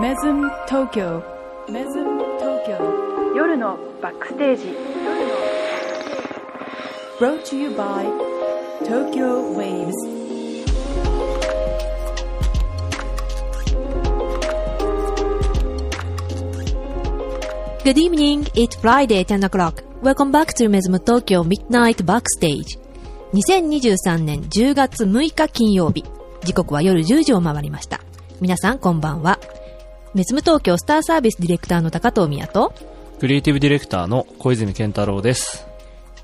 メズム東京メズム東京夜のバックステージ Brought to you by Tokyo Waves Good evening, it's Friday 10 o'clock. Welcome back to Mesmo Tokyo Midnight Backstage. 2023年10月6日金曜日。時刻は夜10時を回りました。皆さんこんばんは。メズム東京スターサービスディレクターの高藤美也と、クリエイティブディレクターの小泉健太郎です。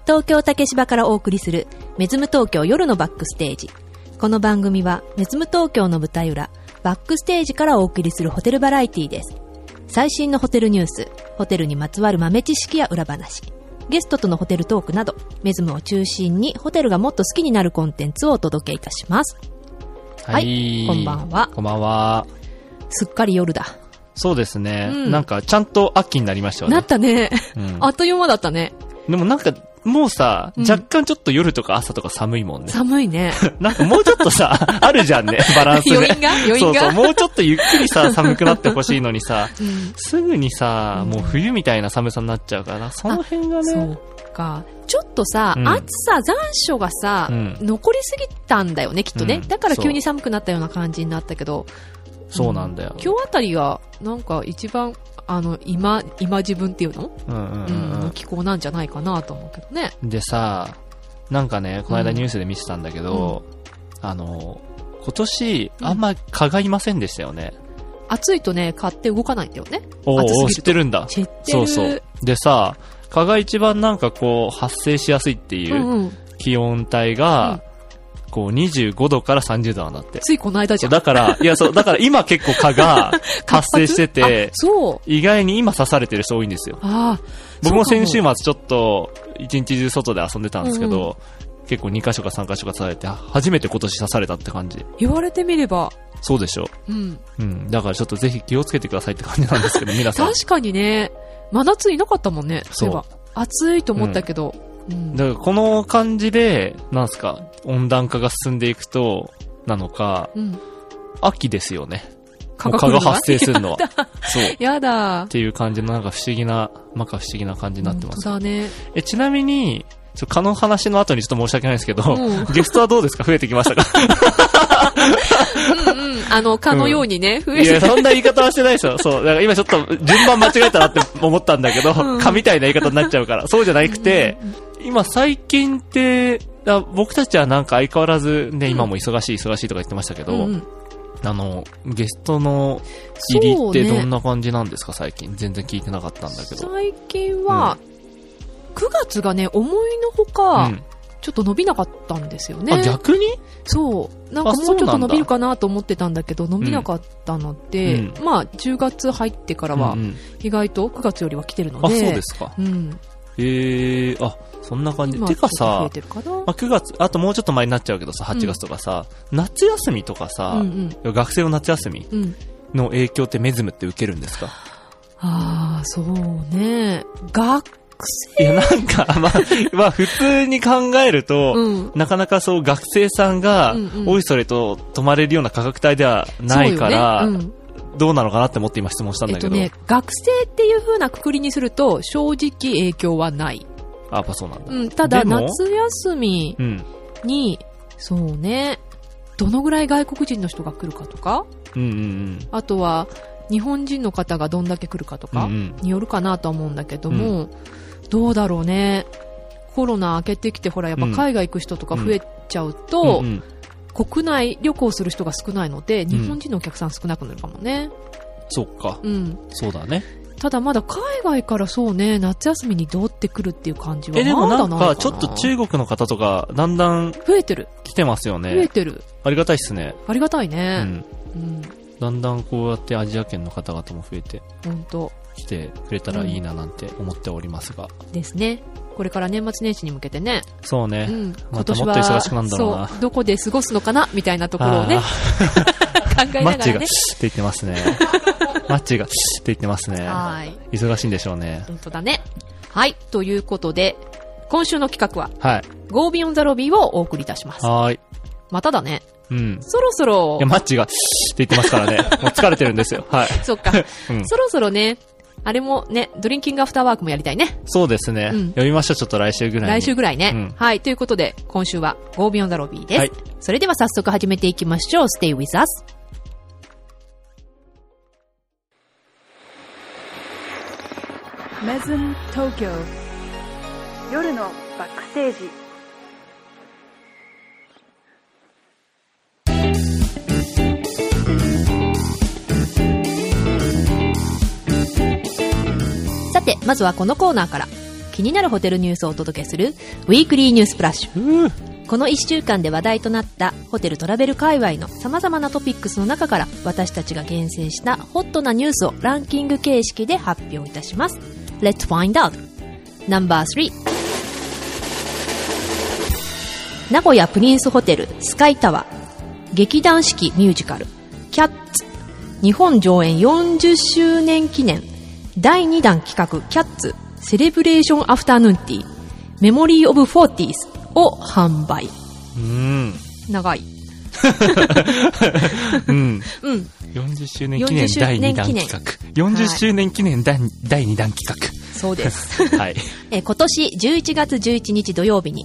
東京竹芝からお送りするメズム東京夜のバックステージ。この番組はメズム東京の舞台裏、バックステージからお送りするホテルバラエティです。最新のホテルニュース、ホテルにまつわる豆知識や裏話、ゲストとのホテルトークなど、メズムを中心にホテルがもっと好きになるコンテンツをお届けいたします。はいこんばんはこんばんは。すっかり夜だ。そうですね。うんなんか、ちゃんと秋になりましたよなねっ。たね。うんあっという間だったね。でもなんか、もうさ、うん若干ちょっと夜とか朝とか寒いもんね。 寒いね。なんかもうちょっとさ、 ある じゃんね、バランスね。余韻が余韻がそうそう、もうちょっとゆっく りさ、寒くなってほしいのにさ、うんすぐにさ、うんもう冬みたいな寒さになっちゃうから、その辺がそね、うか。ちょっとさ、うん暑さ、残暑がさ、うん残りすぎたんだよね、きっとね。うんだから急に寒くなったような感じになったけど、そうなんだよ。今日あたりが、なんか一番、あの、今、今自分っていうの、うんうんう、うんんの気候なんじゃないかなと思うけどね。でさ、なんかね、この間ニュースで見てたんだけど、あの、今年、うんあんま蚊がいませんでしたよね。暑いとね、買って動かないんだよね。おー暑すぎおるー、と知ってるんだ。知ってる。そうそう。でさ、蚊が一番なんかこう、発生しやすいってういうんうん。気温帯が、こう、25度から30度なんだって。ついこの間じゃん。だ から、いや、そう、だから今結構蚊 が発生しててあ、そう。意外に今刺されてる人多いんですよ。ああ。僕も先週そうか末ちょっと一日中外で遊んでたんですけど、結構2箇所か3箇所か刺されて、初めて今年刺されたって感じ。も言われてみれば、そうでしょうん。う。うん。だからちょっとぜひ気をつけてくださいって感じなんですけど、皆さん。確かにね、真夏いなかったもんね、そういえば。暑いと思ったけど。うんだからこの感じで、なんすか、温暖化が進んでいくと、なのか、うん。秋ですよね。蚊もう蚊が発生するのは。そう。っやだ。ていう感じのなんか不思議な、まか不思議な感じになってます。本当だね。え、ちなみに、ちょ蚊の話の後にちょっと申し訳ないんですけど、うんゲストはどうですか増えてきましたかうんうん。あの、蚊のようにね、増えいや、てそんな言い方はしてないですよ。そう。だから今ちょっと順番間違えたなって思ったんだけど、うん蚊みたいな言い方になっちゃうから。そうじゃなくて、今最近って、あ僕たちはなんか相変わらずね、今も忙しい忙しいとか言ってましたけど、うんうんあの、ゲストの入りってどんな感じなんですか、最近。全然聞いてなかったんだけど。最近は、9月がね、思いのほか、うんちょっと伸びなかったんですよね。あ、逆にそう。なんかあもうちそょうっなんだと伸びるかなと思ってたんだけど、伸びなかったので、うんまあ、10月入ってからはうんう、ん意外と9月よりは来てるので。あ、そうですか。うん。へえー、あ、そんな感じ。今てかちょっと増えさ、てるかなまあ、9月、あともうちょっと前になっちゃうけどさ、8月とかさ、夏休みとかさう、ん学生の夏休みうん。うん。の影響ってメズムって受けるんですかああ、そうね。学いや、なんか、 まあ、まあ、普通に考えると、うん。なかなかそう学生さんが、うんうんおいそれと泊まれるような価格帯ではないから、そうよねうんどうなのかなって思って今質問したんえっだけとど、ね、学生っていう風なくくりにすると、正直影響はない。あ、やっぱそうなんだ。うん、ただ、でも夏休みうん。に、そうね、どのぐらい外国人の人が来るかとか、うんうんあとは、日本人の方がどんだけ来るかとうん。うんうか、ん。によるかなとは思うんだけども、どうだろうね。コロナ明けてきて、ほら、やっぱうん海外行く人とか増えちゃうと、うんうん国内旅行する人が少ないので、ん日本人のお客さん少なくなるかもね。そっか。うん。そうだね。ただまだ海外からそうね、夏休みにどうってくるっていう感じはえ、でもまなだんないかな。か、ちょっと中国の方とか、だんだん増えてる。来てますよ増えね。てる。ありがたいっすね。ありがたいうね。ん。うん。だんだんこうやってアジア圏の方々も増えてほんと。きてくれたらいいななんて思っておりますが。ですね。これから年末年始に向けてね。そうね。うん。ま今た年もっと忙は、しくなるんだろうなそう、どこで過ごすのかなみたいなところをね、 あ考えーなマがッチらが、ね。シーって言っ てますね。マッチが、シーって言ってますね。はい。忙しいんでしょうね。ほんとだね。はい。ということで、今週の企画は、はい。ゴービオンザロビーをお送りいたします。はーい。まただね。うん。そろそろいや、、マッチが、って言ってますか らね。もう疲れてるんですよ。はい。そっか。 うん。そろそろね、あれもね、ドリンキングアフターワークもやりたいね。そうですね。うん呼びましょう、ちょっと来週ぐらいに。来週ぐらいね。うんはい。ということで、今週は Go Beyond the Lobby です。はいそれでは早速始めていきましょう。Stay with us. メズム東京夜のバックステージさて、まずはこのコーナーから。気になるホテルニュースをお届けする、ウィークリーニュースプラッシュ。うーこの1週間で話題となったホテルトラベル界隈の様々なトピックスの中から私たちが厳選したホットなニュースをランキング形式で発表いたします。Let's find out! ナンバー3名古屋プリンスホテルスカイタワー劇団四季ミュージカルキャッツ日本上演40周年記念第2弾企画キャッツセレブレーションアフタヌーンティーメモリーオブフォーティースを販売うん。長いうん。うん40周年記念40周第2年弾記企念画。40周年記念第第2弾企そうです画。はい。えー今年11月11日土曜日に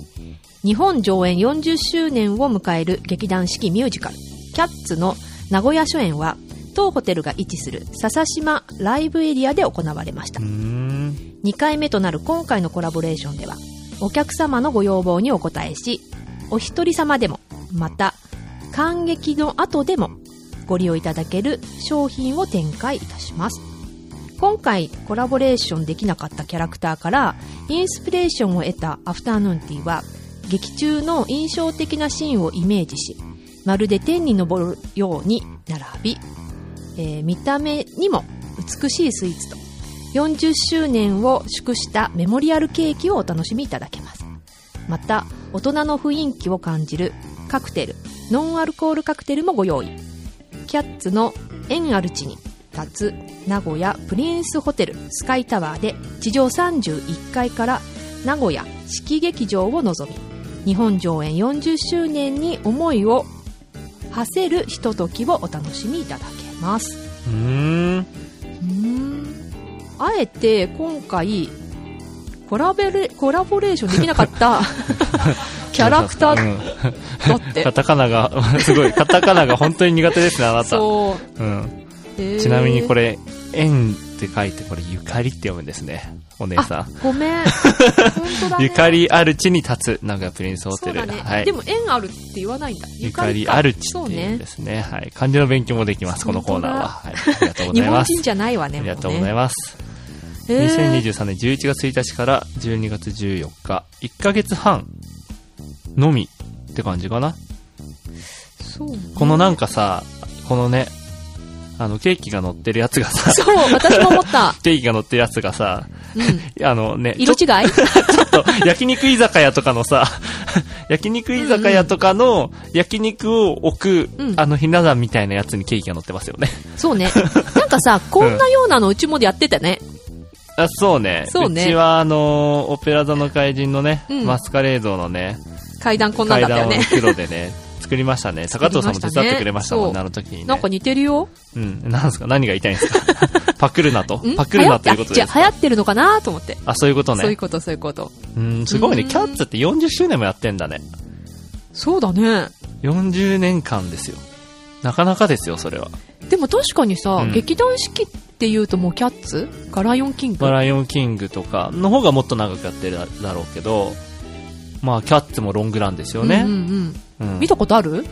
日本上演40周年を迎える劇団四季ミュージカルキャッツの名古屋初演は当ホテルが位置する笹島ライブエリアで行われましたうーん。 2回目となる今回のコラボレーションではお客様のご要望にお応えしお一人様でもまた感激の後でもご利用いただける商品を展開いたします今回コラボレーションできなかったキャラクターからインスピレーションを得たアフターヌーンティーは劇中の印象的なシーンをイメージしまるで天に昇るように並び、えー見た目にも美しいスイーツと40周年を祝したメモリアルケーキをお楽しみいただけますまた大人の雰囲気を感じるカクテルノンアルコールカクテルもご用意キャッツの縁ある地に立つ名古屋プリンスホテルスカイタワーで地上31階から名古屋四季劇場を望み日本上演40周年に思いを馳せるひとときをお楽しみいただけますうーん。うーんあえて今回コラベレコラボレーションできなかった キャラクターー。だってカ。タカナが、 すごい、カタカナが本当に苦手ですね、あなた。そううん。えーちなみにこれ、縁って書いて、これ、ゆかりって読むんですね。お姉さあん。ごめん本当だ、ね、ゆかりある地に立つ、名古屋プリンスホそテうル。だね、はいで。も縁あるって言わないんだゆかりかある地そっうていうんねですね。はい。漢字の勉強もできます、このコーナーは。はい。ありがとうご日ざい本ます。人じゃないわねありがとうもごうざいねます。えー2023年11月1日から12月14日、1ヶ月半のみって感じかな。そうねこのなんかさ、このね、あの、ケーキが乗ってるやつがさ、そう私も思 った、ケーキが乗ってるやつがさ、うん、あのね、ち色ょ違いっと焼肉居酒屋とかのさ、 焼肉居酒屋とかの焼肉を置く、うんあのひな壇みたいなやつにケーキが乗ってますよね。 そうねなんかさこんなようなのうちもでやってたねあそうね。そうねちはあの、オペラ座の怪人のね、うんマスカレードのね、階段こんなん階だったよ段をね黒 でね、作りましたね。作坂りま東したさねんも手伝ってくれましたもんね、そうあの時に、ね。なんか似てるようん。なんすか何が言いたいんですか パクるなとん。パクるなという流行ことでっすあじゃあ流行ってるのかなと思って。あ、そういうこそとういうね。こと、そういうこと。うん、すごいね。うんキャッツって40周年もやってんだね。そうだね。 40年間ですよ。なかなかですよ、それは。でも確かにさ、うん劇団四季って言うともうキャッツかライオンキングまあ、ライオンキングとかの方がもっと長くやってるだろうけど、まあ、キャッツもロングランですようんうね。んううんん。見たことある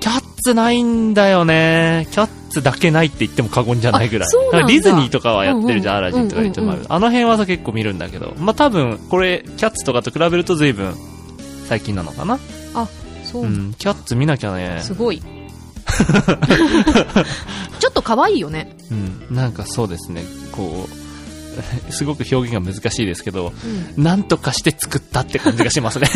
キャッツないんだよね。キャッツだけないって言っても過言じゃないぐらい。あそうなんだからディズニーとかはやってるじゃん、うんうんアラジンとかリトルマーメイドあの辺はさ結構見るんだけど。まあ、多分、これ、キャッツとかと比べると随分最近なのかな。そうう。ん、キャッツ見なきゃね。す ごい。ちょっと可愛いよね。うん、なんかそうですね、こう、 すごく表現が難しいですけど、うんなんとかして作ったって感じがします ね。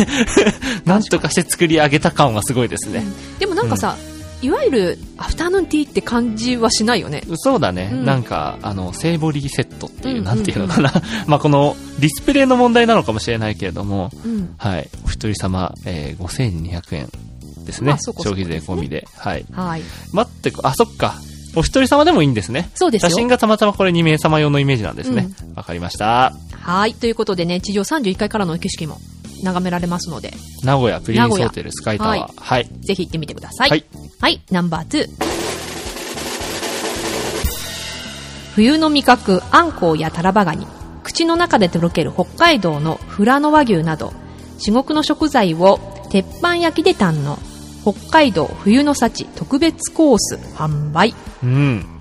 なんとかして作り上げた感はすごいですね。でもなんかさ、いわゆるアフタヌーンティーって感じはしないよね。そうだね、うんなんか、あの、セーボリーセットっていう、うんなんていうのかな。 まあ、この、ディスプレイの問題なのかもしれないけれども、うん。はい。お一人様、えー、5200円。ですね。まあそこそ消こ費税込みで。はい。はい。待ってこ、あ、そっか。お一人様でもいいんですね。そうです写よ。真がたまたまこれ2名様用のイメージなんですね。わ、かりました。はい。ということでね、地上31階からの景色も眺められますので、名古屋プリンス名古屋ホテルスカイタワー。ははい。ぜひ行ってみてください。はい。はい、ナンバー2。冬の味覚、アンコウやタラバガニ、口の中でとろける北海道の富良野和牛など、至極の食材を鉄板焼きで堪能。北海道冬の幸特別コース販売。うん。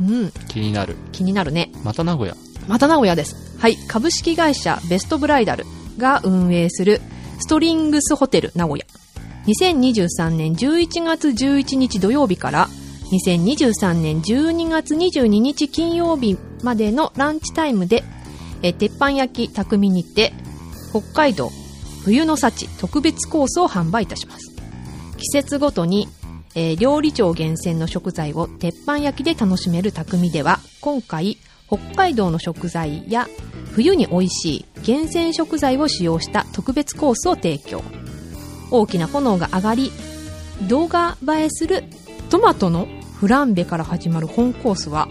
うん、気になる。気になるね。また名古屋。また名古屋です。はい、株式会社ベストブライダルが運営するストリングスホテル名古屋。2023年11月11日土曜日から2023年12月22日金曜日までのランチタイムで、えー鉄板焼き匠にて北海道冬の幸特別コースを販売いたします。季節ごとにえー料理長厳選の食材を鉄板焼きで楽しめる匠では今回北海道の食材や冬に美味しい厳選食材を使用した特別コースを提供大きな炎が上がり動画映えするトマトのフランベから始まる本コースは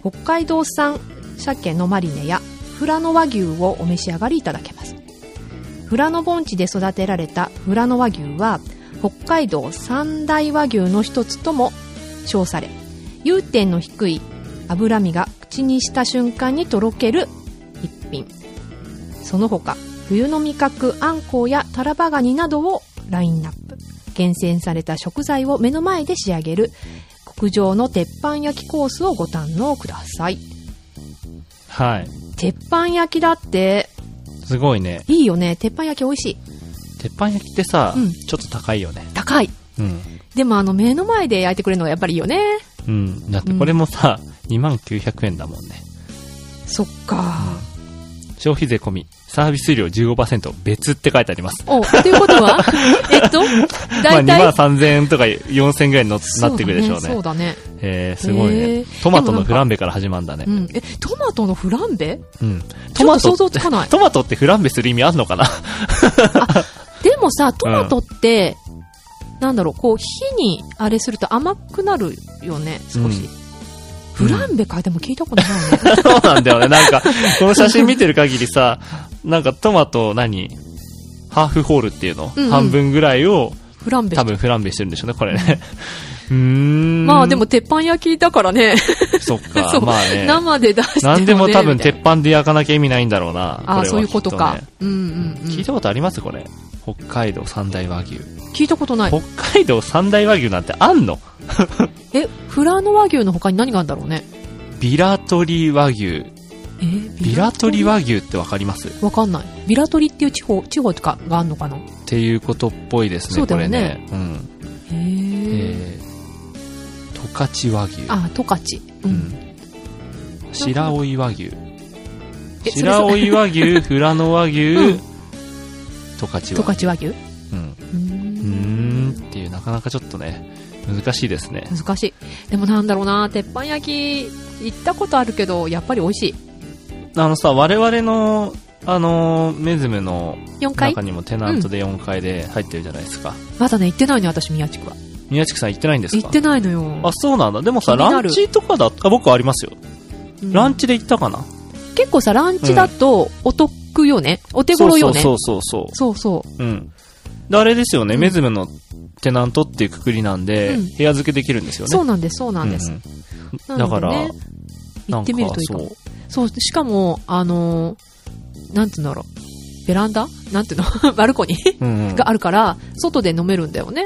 北海道産鮭のマリネや富良野和牛をお召し上がりいただけます富良野盆地で育てられた富良野和牛は北海道三大和牛の一つとも称され融点の低い脂身が口にした瞬間にとろける一品その他冬の味覚アンコウやタラバガニなどをラインナップ厳選された食材を目の前で仕上げる極上の鉄板焼きコースをご堪能くださいはい。鉄板焼きだってすごいね。いいよね鉄板焼き美味しい鉄板焼きってさ、うんちょっと高いよね。高いうん。でもあの目の前で焼いてくれるのがやっぱりいいよねうん。だってこれもさ、2万900円だもんね。そっか消費税込み、サービス料15%、別って書いてあります。お、ということ はえっと、まあ、大2体、万3000円とか4000円ぐらいになってくるでしょうね。そうだね。えー、すごいへね。ートマトでもなのんかフランベから始まるんだねう。ん。え、トマトのフランベうん。ちトょっマと想ト像ってつかない、トマトってフランベする意味あんのかなでもさ、トマトって、なんだろう、こう、火にあれすると甘くなるよね、少し。フランベか、でも聞いたことない ね。そうなんだよね。なんか、この写真見てる限りさ、なんかトマト何、ハーフホールっていうの、うんうん半分ぐらいをフランベ多。分フランベしてるんでしょうね、これね。 うーん。まあでも、鉄板焼きだからね、 そっか、そうまあね。 生で出してもね。なんでも多分みたい鉄な板で焼かなきゃ意味ないんだろうな。あれあ、はそういうことかきうんっ。とうんねうん。聞いたことありますこれ。北海道三大和牛。聞いたことない。北海道三大和牛なんてあんのえ、フラノ和牛の他に何があるんだろうね。ビラトリ和牛。えビラトリ和牛ってわかりますっわかんない。ビラトリっていう地方、地方とかがあるのかなへていうことっぽいですそうね、だこよれねね。うん。え。えー、十勝和牛。あ、十勝。う。うんん。白老和牛。えそれ白老和牛、富良野和牛、うん十勝十和牛。勝和牛ううん。ーうーんんっていう、なかなかちょっとね、難しいですね。難しい。でもなんだろうな、鉄板焼き、行ったことあるけど、やっぱり美味しい。あのさ、我々の、あのーメズムの4階中にもテナントで4階で入ってるじゃないですか。まだね、行ってないのよ、私、宮地区は。宮近さん行ってないんですか行ってないのよ。あ、そうなんだ。でもさ、気になラるンチとかだあ、僕はありますよ。うんランチで行ったかな、結構さ、ランチだと、お得よね。お手そう頃そようね。そうそうそ。そうそううん。で、あれですよね、うんメズムのテナントっていうくくりなんで、うん部屋付けできるんですよう。ね。そうなんです、そうなんですう。んなだのかでら、ね行ってみるといいかなもん。かそう、しかも、あのーなんていうんだろう。ベランダなんていうの バルコニーそう。うんうんがあるから、外で飲めるんだよね。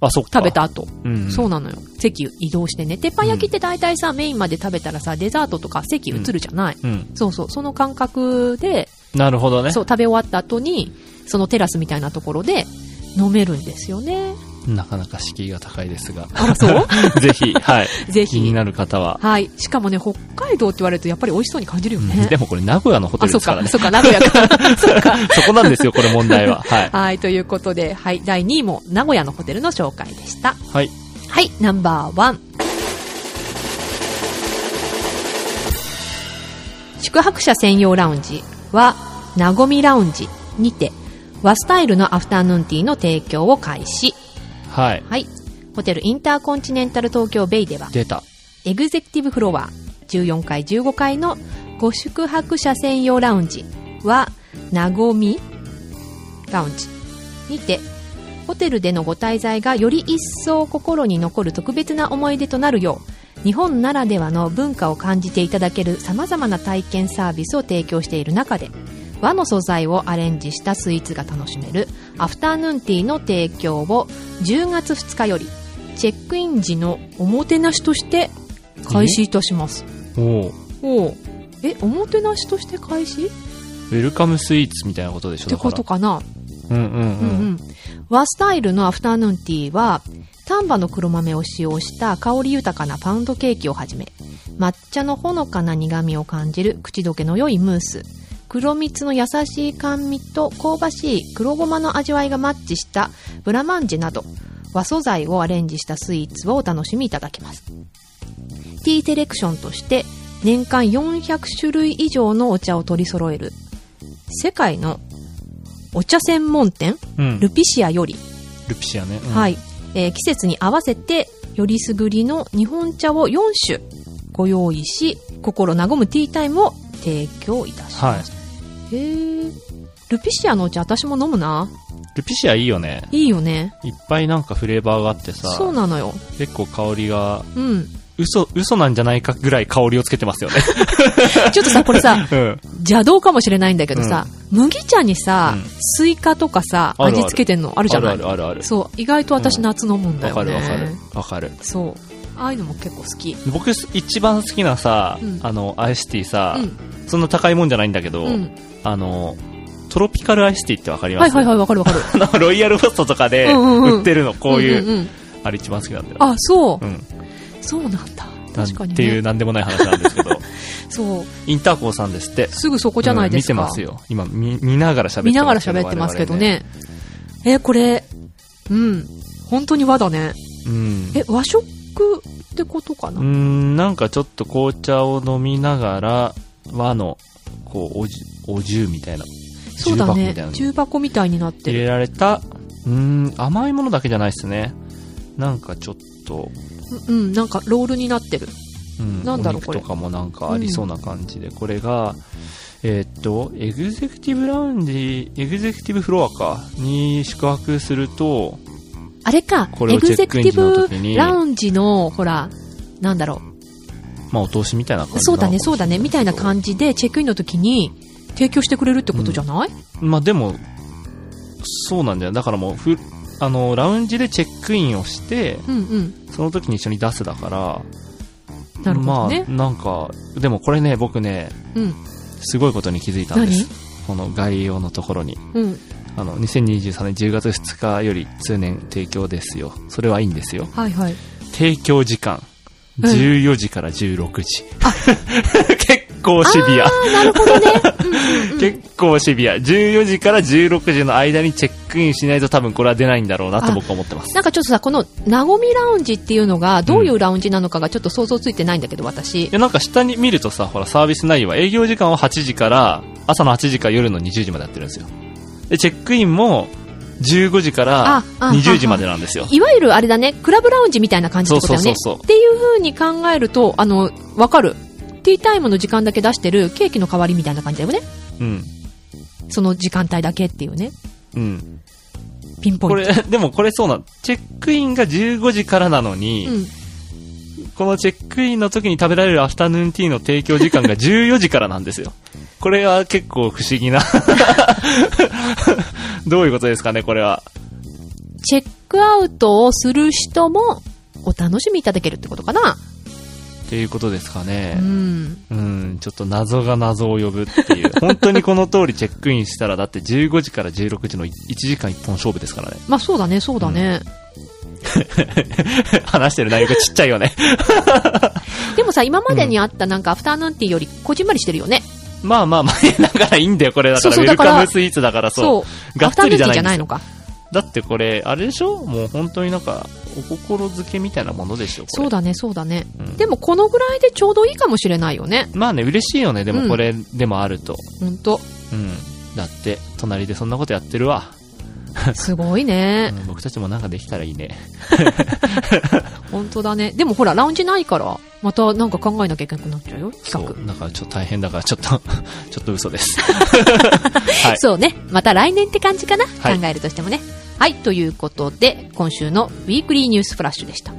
あ、そっか。食べ。た後。うん。そううなのよ。席移動してね。鉄板焼きって大体さ、メインまで食べたらさ、デザートとか席移るじゃない、ん。うん。そうそう。その感覚で、なるほどね。そう、食べ終わった後に、そのテラスみたいなところで、飲めるんですよね。なかなか敷居が高いですが。あら、そう ぜひ、はい。ぜ気にひ。なる方は。はい。しかもね、北海道って言われるとやっぱり美味しそうに感じるよねで。もこれ名古屋のホテあ、ルそっですからか、ね。そっか、名古屋か。そっか。そこなんですよ、これ 問題は。はい。はい、ということで、はい、第2位も名古屋のホテルの紹介でした。はい。はい、ナンバーワン。宿泊者専用ラウンジは、なごみラウンジにて、和スタイルのアフタヌーンティーの提供を開始。はい。はい、ホテルインターコンチネンタル東京ベイでは、出た。エグゼクティブフロア14階15階のご宿泊者専用ラウンジはなごみラウンジにてホテルでのご滞在がより一層心に残る特別な思い出となるよう日本ならではの文化を感じていただけるさまざまな体験サービスを提供している中で和の素材をアレンジしたスイーツが楽しめるアフターヌーンティーの提供を10月2日よりチェックイン時のおもてなしとして開始いたしますおうおうえおもてなしとして開始っウェルカムスイーツみたいなことでしょてことだかかならうんうんうんううん。ん和スタイルのアフターヌーンティーは丹波の黒豆を使用した香り豊かなパウンドケーキをはじめ抹茶のほのかな苦みを感じる口どけの良いムース黒蜜の優しい甘味と香ばしい黒ごまの味わいがマッチしたブラマンジェなど和素材をアレンジしたスイーツをお楽しみいただけますティーセレクションとして年間400種類以上のお茶を取り揃える世界のお茶専門店うん。ルピシアより、ルピシアね。うんはい。えー季節に合わせてよりすぐりの日本茶を4種ご用意し心和むティータイムを提供いたします、へえルピシアのお茶私も飲むなルピシアいいよね。いいよねいっぱいなんかフレーバーがあってさ、そうなのよ結構香りが、うん嘘、嘘なんじゃないかぐらい香りをつけて ますよね。ちょっとさこれ さうん。邪道かもしれないんだけどさ、麦茶にさ、うんスイカとかさあるある味付けてんのあるじゃないあるあるあるそう意外と私うん夏飲むんあだる。わかよねるわかる。わかる。そうああいうのも結構好き僕一番好きなさ、うんあの、アイスティーさ、うんそんな高いもんじゃないんだけど、うんあの、トロピカルアイスティーってわかりまはいすはいはいわかるわかる あの、ロイヤルホストとかでうんうんうん売ってるの、こういう。んんんあれ一番好きなんだよ。あ、そう、うん。そうなんだ。確かに、ね。っていうなんでもない話なんです けど、そう。インターコンさんですって。すぐそこじゃないですか。うん見てますよ。今、見見ながら喋ってますけど見ながら喋ってますけど。ね。え、これ、うん。本当に和だね。我々ねうん。え、和食ってことかな、うーん、なんかちょっと紅茶を飲みながら、和の、こう、おじ、お重みたいな。そうだ重箱ねみたいな。の重箱みたいになって入れる。られた、うーん、甘いものだけじゃないですね。なんかちょっと、うんうん、なんかロールになってる。うん、なんだろうお肉これとかもなんかありそうな感じで、これが、えーっと、エグゼクティブラウンジ、エグゼクティブフロアか、に宿泊すると、あれか、これエをチグェッゼククインテ時のィ時にブラウンジの、ほら、なんだろう。まあお通しみたいな感じそうだね、そうだね、みたいなじ。感じで、チェックインの時に提供してくれるってことじゃない、まあでも、そうなんだよ。だからもう、ふ、あの、ラウンジでチェックインをして、うん、うんその時に一緒に出すだから、なるほどね。まあなんか、でもこれね、僕ね、うん。すごいことに気づいたんです。この概要のところに。うん。あの、2023年10月2日より通年提供ですよ。それはいいんですよ。はいはい。提供時間。うん14時から16時。 結構シビア。なるほどね。うんうんうん結構シビア。14時から16時の間にチェックインしないと多分これは出ないんだろうなと僕は思ってます。なんかちょっとさ、この、なごみラウンジっていうのが、どういうラウンジなのかがちょっと想像ついてないんだけど、私い。やなんか下に見るとさ、ほらサービス内容は営業時間は8時から、朝の8時から夜の20時までやってるんですよ。で、チェックインも15時からああ20時までなんですよ。いわゆるあれだね、クラブラウンジみたいな感じってことだよね。そうそうそうそうっていう風に考えると、あの、わかる。ティータイムの時間だけ出してるケーキの代わりみたいな感じだよね。うん。その時間帯だけっていうね。うん。ピンポこイント。れ、でもこれそうなん、チェックインが15時からなのに、うん。このチェックインの時に食べられるアフタヌーンティーの提供時間が14時からなんですよ。 これは結構不思議な。 どういうことですかね、これは。チェックアウトをする人も、お楽しみいただけるってことかな。っていうことですかうね。ん。うん、ちょっと謎が謎を呼ぶっていう。 本当にこの通りチェックインしたら、だって15時から16時の1時間1本勝負ですからね。 まあそうだね、そうだね。話してる内容がちっちゃいよね。 でもさ、今までにあったなんかアフターヌーンティーよりこじんまりしてるよね。まあまあまあ、だからいいんだよ、これ。だかそうら、そウうェだルからカムスイーツだからそう。そう。がアっフターつヌーりンじティゃーないじゃんでなすいよの。か。だってこれ、あれでしょもう本当になんか、お心づけみたいなものでしょこれそうだね、そうだね。うんでもこのぐらいでちょうどいいかもしれないよね。まあね、嬉しいよね、でうもんこれでもあると。 ほんと。うん。だって、隣でそんなことやってるわ。すごいね。僕たちもなんかできたらいいね。本当だね。でもほら、ラウンジないから、またなんか考えなきゃいけなくなっちゃうよ、企そう画。。なんかちょっと大変だから、ちょっと、 ちょっと嘘です。はいそうね。また来年って感じかな、はい考えるとしてもね。はい。ということで、今週のウィークリーニュースフラッシュでした。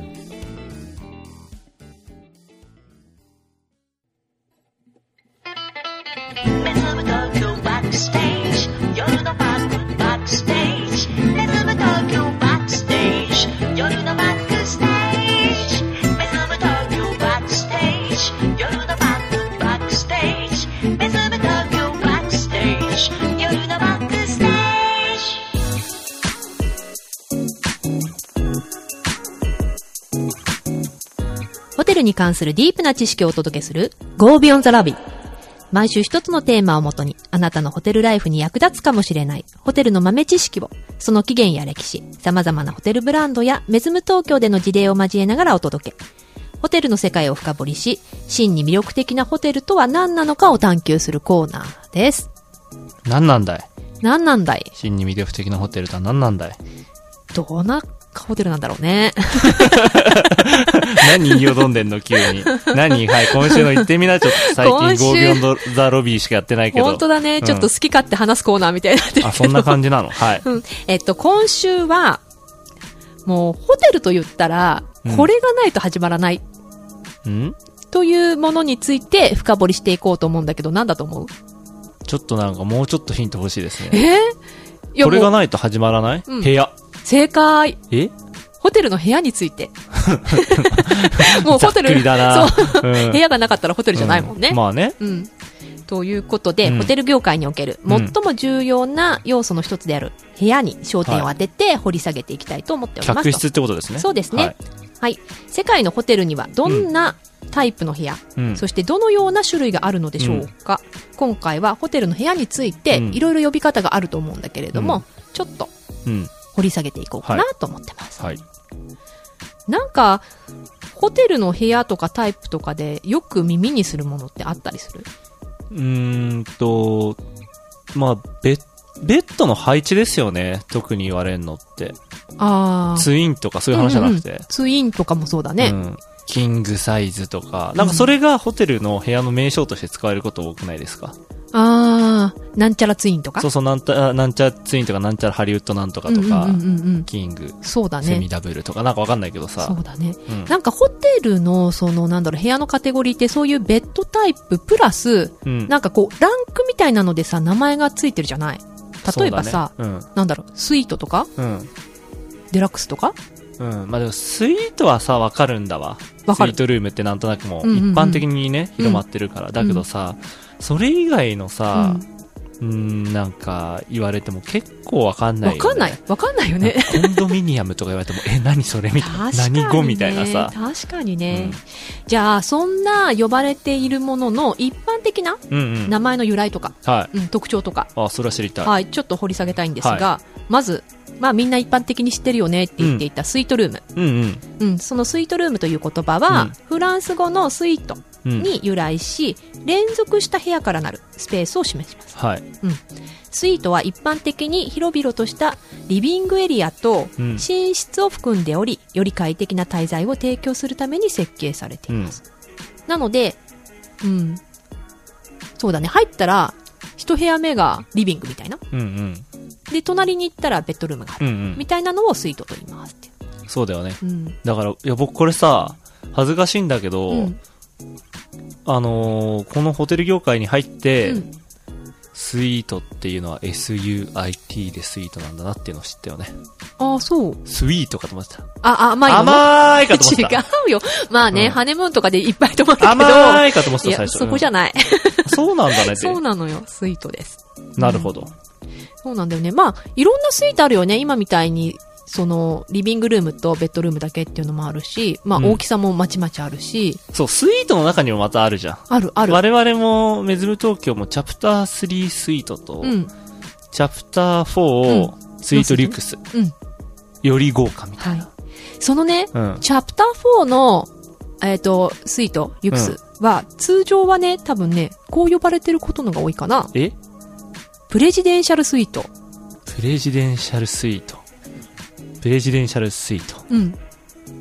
Let's have a go go backstage. You're the back backstage. Let's have a go go backstage. You're the backstage. Let's have a go go backstage. You're the back backstage. Let's have a go go backstage. You're the backstage. ホテルに関するディープな知識をお届けする Go Beyond the Lobby。毎週一つのテーマをもとに、あなたのホテルライフに役立つかもしれないホテルの豆知識を、その起源や歴史、様々なホテルブランドやメズム東京での事例を交えながらお届け。ホテルの世界を深掘りし、真に魅力的なホテルとは何なのかを探求するコーナーです。何なんだい何なんだい真に魅力的なホテルとは何なんだいどんなホテルなんだろうね。何よどんでんの急 に。何はい、今週の言ってみな。ちょっと最今近週ゴービヨンドザロビーしかやってないけど。本当だね、ちょっとう好き勝手話すコーナーみたいになってるけんど。あ、そんな感じなのはい。うん。えっと、今週は、もう、ホテルと言ったらう、んこれがないと始まらないんというものについて深掘りしていこうと思うんだけど、なんだと思うちょっとなんかもうちょっとヒント欲しいですえね。いや、これもがう、ないと始まらない、うん部屋。正解。えホテルの部屋につい て。もうざホっくテル、りだな。そう、うん部屋がなかったらホテルじゃないもんね。うんまあね。うん。ということで、うんホテル業界におけるう最んも重要な要素の一つである部屋に焦点を当てて掘り下げていきたいと思っておりますと。客室ってことですね。そうですね、ははいい。世界のホテルにはどんなタイプの部屋、うんそしてどのような種類があるのでしょうか、今回はホテルの部屋についてうんいろいろ呼び方があると思うんだけれども、うんちょっとうん。掘り下げていこうかなはと思ってます、はい。なんかホテルの部屋とかタイプとかでよく耳にするものってあったりするうーんと、まあ、ベッ、ベッドの配置ですよね。特に言われんのって。ああツインとかそういう話じゃなくて。ツインとかもそうだね、うんキングサイズとか。なんかそれがホテルの部屋の名称として使われること多くないですか、ああなんちゃらツインとかそうそう、なんた、なんちゃらツインとか、なんちゃらハリウッドなんとかとか、うんうんうんうんうん、キング、そうだセミねダブルとか、なんかわかんないけどさ。そうだねうんなんかホテルの、その、なんだろう、部屋のカテゴリーってそういうベッドタイププラス、うんなんかこう、ランクみたいなのでさ、名前がついてるじゃない例えばさ、そうだねなんだろう、スイートとか、うん。うん。デラックスとかうん。まあでも、スイートはさ、わかるんだわ。わかるスイートルームってなんとなくもううんうん一うん般的にね、広まってるから。だけどさ、それ以外のさ、うん、ん、なんか言われても結構わかんうんないよわかね、んない。わかんないよね。コンドミニアムとか言われても、え、何それみたい 確かな。に、ね。何語みたいなさ。確かにね。うんじゃあ、そんな呼ばれているものの一般的なうんうん。名前の由来とか、はい。うん、特徴とか、あ、それは知りたい。はい、ちょっと掘り下げたいんですが、まず、まあみんな一般的に知ってるよねって言っていたスイートルーム。うんうん。うん、そのスイートルームという言葉は、うんフランス語のスイートうん。に由来し、連続した部屋からなるスペースを示します。はい。スイートは一般的に広々としたリビングエリアとうん寝室を含んでおり、より快適な滞在を提供するために設計されています。なので、うん、そうだね、入ったら、一部屋目がリビングみたいな。うんうん。で、隣に行ったらベッドルームがあうんる。うんみ。たいなのをスイートと言いますって。そうだよね。うん。だから、いや、僕これさ、恥ずかしいんだけど、うん。あのーこのホテル業界に入って、うんスイートっていうのは SUIT でスイートなんだなっていうのを知ったよね。ああ、そう。スイートかと思ってた。あ、あ甘いの甘いかと思っ違てた。うよ。まあね、うんハネムーンとかでいっぱい泊まるけど。甘いかと思っいてた、最や、初。そこじゃない。うんそうなんだねっそうて。なのよ。スイートです。なるほど。そうなんだよね。まあ、いろんなスイートあるよね。今みたいに、その、リビングルームとベッドルームだけっていうのもあるし、まあ、うん大きさもまちまちあるし、そう、スイートの中にもまたあるじゃん。あるある。我々も、メズム東京もチャプター3スイートと、うん。チャプター4をスイートリュックス。うん。より豪華みたいはい。そのね、な。うん。チャプター4の、えっ、と、スイート、リュクスは、通常はね、多分ね、こう呼ばれてることのが多いかな。えプレジデンシャルスイート。プレジデンシャルスイート。プレジデンシャルスイート。うん。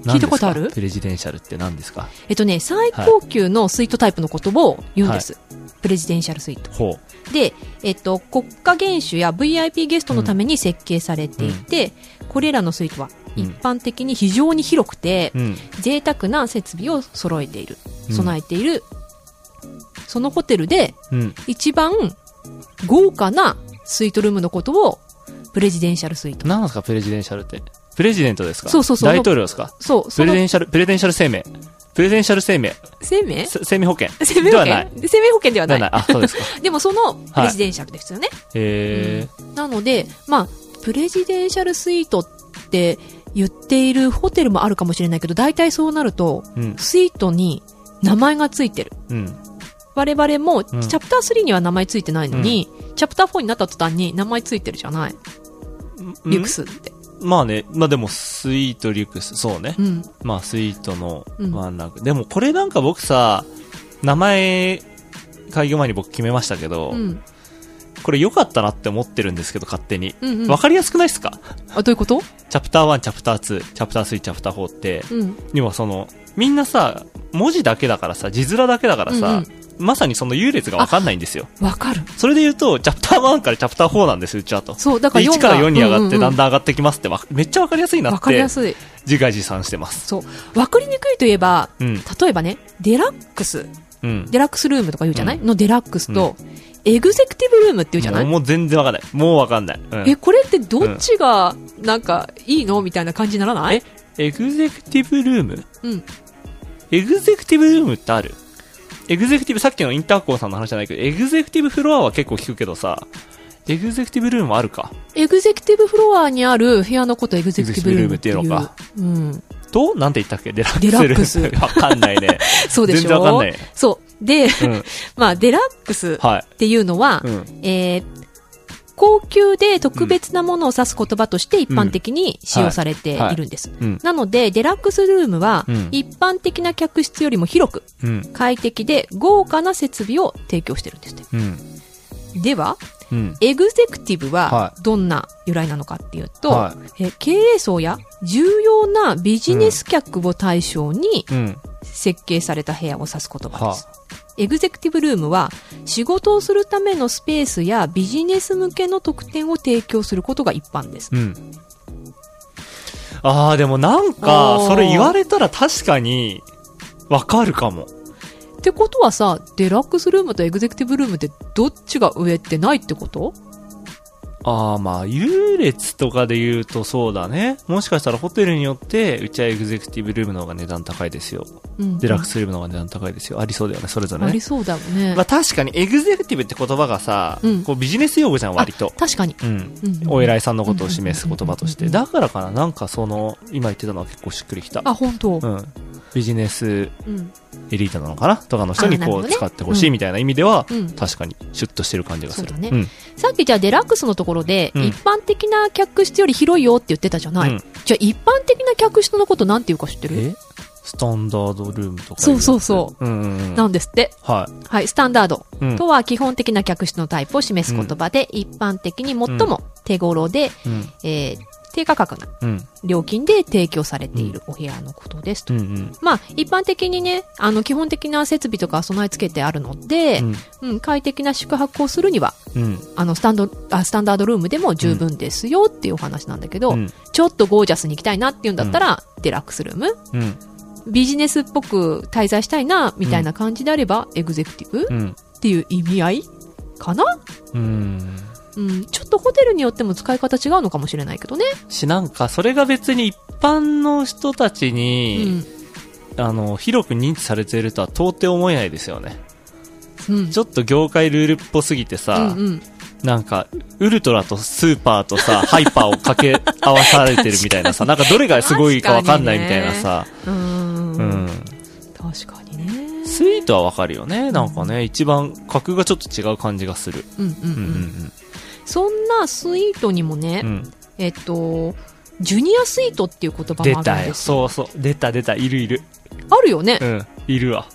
聞いたことある何ですかプレジデンシャルって何ですかえっとね、最高級のスイートタイプのことを言うんです。プレジデンシャルスイート。ほう。で、えっと、国家元首や VIP ゲストのために設計されていて、これらのスイートはうん一般的に非常に広くて、うん。贅沢な設備を揃えている、うん備えている、そのホテルでうん。一番豪華なスイートルームのことをプレジデンシャルスイート。何ですか、プレジデンシャルって。プレジデントですかそうそうそう大統領ですかそう、そプレのデンシャル、プレデンシャル生命。プレデンシャル生命。生命せ生命保険。生命で保は険ない。生命保険ではでな。はいない。あ、そ うですか。でもそのプレジデンシャルですよね。えなので、まあ、プレジデンシャルスイートって言っているホテルもあるかもしれないけど、大体そうなると、ー。うん。スイートに名前がついてる。うん。我々も、チうんャプター3には名前ついてないのに、チャプター4になった途端に名前ついてるじゃない、リュクスって。まあね、まあでも、スイートリュックス、そうねう。ん。まあ、スイートのうんワンランク。でも、これなんか僕さ、名前、開業前に僕決めましたけど、うん。これ良かったなって思ってるんですけど、勝手に。うん、うん。わかりやすくないですかあ、どういうことチャプター1、チャプター2、チャプター3、チャプター4って、うん。要はその、みんなさ、文字だけだからさ、字面だけだからさ、まさにその優劣がわかんないんですよ。わかる。それで言うと、チャプター1からチャプター4なんですよ、うちはと。そう、だから4が1から4に上がって、だんだだん上がってきますってわ、めっちゃわかりやすいなわっかりてや、すい。自画自賛してます。そう。わかりにくいといえば、うん、例えばね、デラックス。うん。デラックスルームとか言うじゃない、うのデラックスと、エグゼクティブルームって言うじゃない、もうもう全然わかんない。もうわかんない。うんえ、これってどっちが、なんか、いいのみたいな感じにならないエグゼクティブルームうん。エグゼクティブルームってあるエグゼクティブ、さっきのインターコンさんの話じゃないけど、エグゼクティブフロアは結構聞くけどさ、エグゼクティブルームあるかエグゼクティブフロアにある部屋のことエグゼクティブルームっていう。エグゼうクん。となんて言ったっけデラックス デラックスルームわかんないね。そうでしょ全然わかんないそう。で、 うん。まあ、デラックスっはい。ていうのは、うん。えー高級で特別なものを指す言葉として一般的に使用されているんです。うん。なので、デラックスルームはうん、一般的な客室よりも広く、うん。快適で豪華な設備を提供してるんですって。うん。では、うん。エグゼクティブははどんな由来なのかっていうと、はえ経営層や重要なビジネス客を対象にうん。設計された部屋を指す言葉ではす。エグゼクティブルームは仕事をするためのスペースやビジネス向けの特典を提供することが一般です。うん。あー、でもなんかあ、ーそれ言われたら確かに、わかるかも。ってことはさ、デラックスルームとエグゼクティブルームってどっちが上ってないってことああ、まあ、優劣とかで言うとそうだね。もしかしたらホテルによって、うちはエグゼクティブルームの方が値段高いですよ。うん。デラックスルームの方が値段高いですよ。ありそうだよね、それぞれありね。そうだよね。まあ確かに、エグゼクティブって言葉がさ、うんこうビジネス用語じゃん、割と。確かに。うん。うんお偉いさんのことを示す言葉としうて。んうんうんだからかな、なんかその、今言ってたのは結構しっくりきた。あ、本当。うん。ビジネスうん。エリートなのかなとかの人にあなるこほどうね使ってほしいみたいな意味ではうん、確かにシュッとしてる感じがする。そうだねん。さっきじゃあデラックスのところで、うん一般的な客室より広いよって言ってたじゃない、うんじゃあ一般的な客室のことなんて言うか知ってるえスタンダードルームとか。そうそうそううんうんうん。なんですって。ははい、スタンダード。い。うんとは基本的な客室のタイプを示す言葉で、一般的に最も手頃で、うん。えー低価格なうん。料金で提供されているお部屋のことですと。うん。うん。まあ、一般的にね、あの、基本的な設備とか備え付けてあるので、うん、快適な宿泊をするには、うん。あの、スタンド、あ、スタンダードルームでも十分ですよっていうお話なんだけど、うん。ちょっとゴージャスに行きたいなっていうんだったら、デラックスルームうん。ビジネスっぽく滞在したいな、みたいな感じであれば、エグゼクティブうん。っていう意味合いかなうん。うん。ちょっとホテルによっても使い方違うのかもしれないけどね。し、なんか、それが別に一般の人たちうに、ん。あの、広く認知されているとは到底思えないですよね。うん。ちょっと業界ルールっぽすぎてうさ、んうん。なんか、ウルトラとスーパーとさ、 ハイパーを掛け合わされてるみたいなさ、なんかどれがすごいかわかんないみたいなさ、う。うんん。確かにね。スイートはわかるよね。なんかね、一番格がちょっと違う感じがする。うんうんううんうんん。そんなスイートにもね、うん。うん。えっと、ジュニアスイートっていう言葉出もあるたんよ。ですよ。そうそう。出た出た。いるいる。あるよね。うん。いるわ。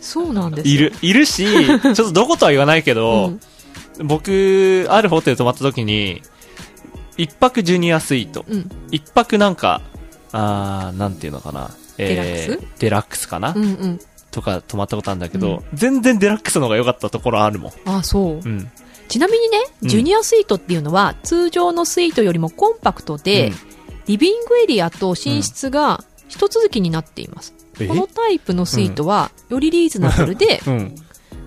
そうなんですよいる。。い るし、ちょっとどことは言わないけうど、ん。僕、あるホテル泊まった時に、一泊ジュニアスイート。うん。一泊なんか、あー、なんていうのかな。デラックスデラックスかな、うんうん。とか泊まったことあるんだけど、全然デラックスの方が良かったところあるもん。あ、そうう。ん。ちなみにね、うんジュニアスイートっていうのは、通常のスイートよりもコンパクトで、うんリビングエリアと寝室が一続きになっています。えこのタイプのスイートは、よりリーズナブル で、うん。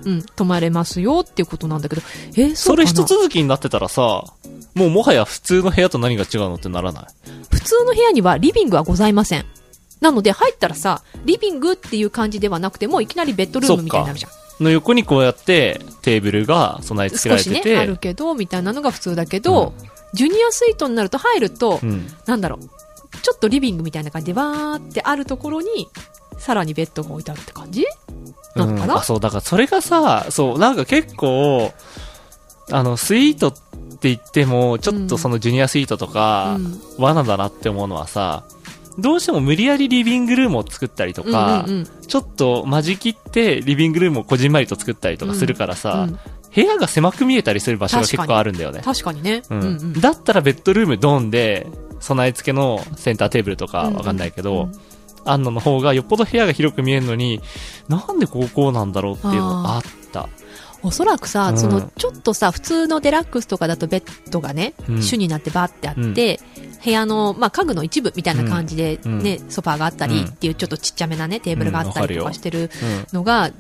うん、泊まれますよっていうことなんだけど、えーそそうかれな一続きになってたらさ、もうもはや普通の部屋と何が違うのってならない。普通の部屋にはリビングはございません。なので、入ったらさ、リビングっていう感じではなくても、いきなりベッドルームみたいになるじゃん。の横にこうやってテーブルが備え付少けられしてね、て、あるけど、みたいなのが普通だけど、ジュニアスイートになると入ると、うん。なんだろう、ちょっとリビングみたいな感じでわーってあるところに、さらにベッドが置いてあるって感じなのかな、うん、あそうだからそれがさそうなんか結構あのスイートって言ってもちょっとそのジュニアスイートとか、うん罠だなって思うのはさどうしても無理やりリビングルームを作ったりとか、うんうんうんちょっと間仕切ってリビングルームをこじんまりと作ったりとかするからさ、うん部屋が狭く見えたりする場所が結確か構にあるんだよね、確かにね。ううんんうんだったらベッドルームドンで備え付けのセンターテーブルとかわかんないけど、うん安野の方がよっぽど部屋が広く見えるのに、なんでこここうなんだろうっていうのがあった。おそらくさ、うんそのちょっとさ、普通のデラックスとかだとベッドがね、うん主になってバーってあって、部屋の、まあ、家具の一部みたいな感じでうんね、ソファーがあったりっていうちょっとちっちゃめなね、テーブルがあったりとうんわかるよかしてるうんのが、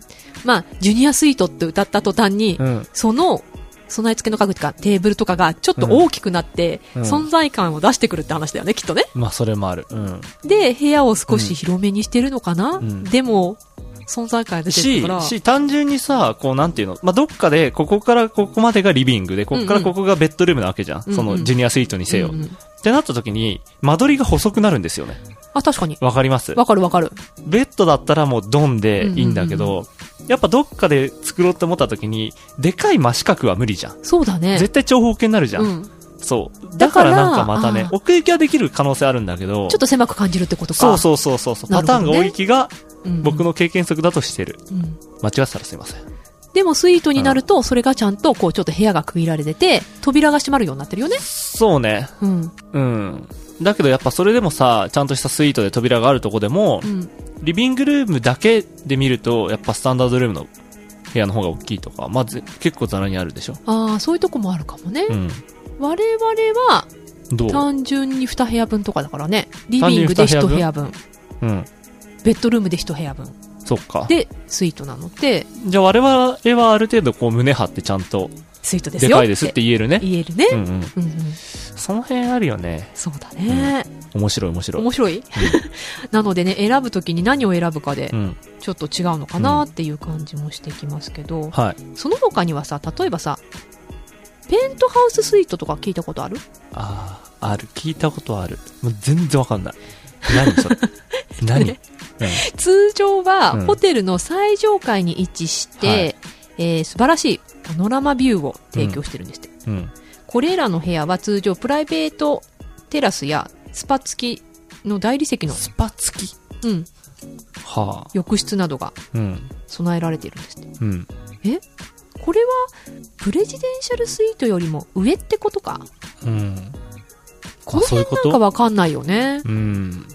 まあ、ジュニアスイートって歌った途端に、うん。その備え付けの家具とかテーブルとかがちょっと大きくなって、うん存在感を出してくるって話だよね、きっとね。まあ、それもある。うん。で、部屋を少し広めにしてるのかな、んでも、存在感が出てるしから。、し、単純にさ、こう、なんていうの、まあ、どっかで、ここからここまでがリビングで、ここからここがベッドルームなわけじゃん。うんその、ジュニアスイートにせよ。うんうんってなった時に、間取りが細くなるんですよね。あ、確かに。わかりますわかるわかる。ベッドだったらもうドンでいいんだけど、うんうやっぱどっかで作ろうって思った時に、でかい真四角は無理じゃん。そうだね。絶対長方形になるじゃん。うん。ちそう。だだかかららなんかまたねあ、ー奥行きはできる可能性あるんだけど、ょっと狭く感じるってことか。そうそうそうそうそう、なパるほタどーンねが多い気がうん僕、の経験則だとしてる。うん間違ってたらすいません。でもスイートになると、それがちゃんと、こう、ちょっと部屋が区切られてて、扉が閉まるようになってるよね。そうね。うん。うん。だけどやっぱそれでもさ、ちゃんとしたスイートで扉があるとこでもう、ん。リビングルームだけで見ると、やっぱスタンダードルームの部屋の方が大きいとか、まあ、ぜ結構ざらにあるでしょ。ああ、そういうとこもあるかもね。うん。我々は、どう単純に2部屋分とかだからね。リビングで単純1に二部部屋分。うん。ベッドルームで1部屋分。そっか。で、スイートなので、じゃあ我々はある程度こう胸張ってちゃんと、スイートですでよ。かいですって言えるね。言えるね。うんうん。うんうん。その辺あるよね。そうだね。面白い面白い。面白い なのでね、選ぶときに何を選ぶかでう、ん。ちょっと違うのかなっていう感じもしてきますけど、はい。その他にはさ、例えばさ、ペントハウススイートとか聞いたことあるああ、ある。聞いたことある。もう全然わかんない。何そ れ。何、ね通常は、うんホテルの最上階に位置して、はいえー素晴らしいパノラマビューを提供してるんですって。うん。これらの部屋は通常プライベートテラスやスパ付きの大理石の、スパ付きうん、はあ。浴室などがうん。備えられているんですって。うん。これはプレジデンシャルスイートよりも上ってことか。うん。このそうい辺うこなんかとわかんないよね。うん。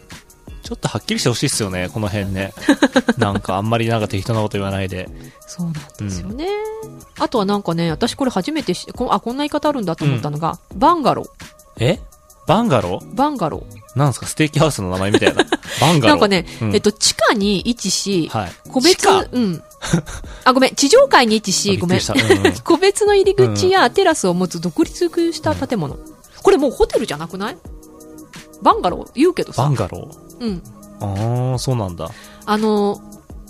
ちょっとはっきりしてほしいっすよね、この辺ね。 なんかあんまりなんか適当なこと言わないで。そうなんですよね。あとはなんかね、私これ初めてしこん、あ、こんな言い方あるんだと思ったのが、バンガロー、えバンガロバンガロー。ーなんすかステーキハウスの名前みた いな。バンガロー。なんかね、うんえっと、地下に位置し、はい。個別地下、うん。あ、ごめん、地上階に位置し、ごめん。あびっくりしたうんうん個別の入り口やテラスを持つ独立した建物。これもうホテルじゃなくないバンガロー言うけどバさン。ガロうん。ーああ、そうなんだ。あの、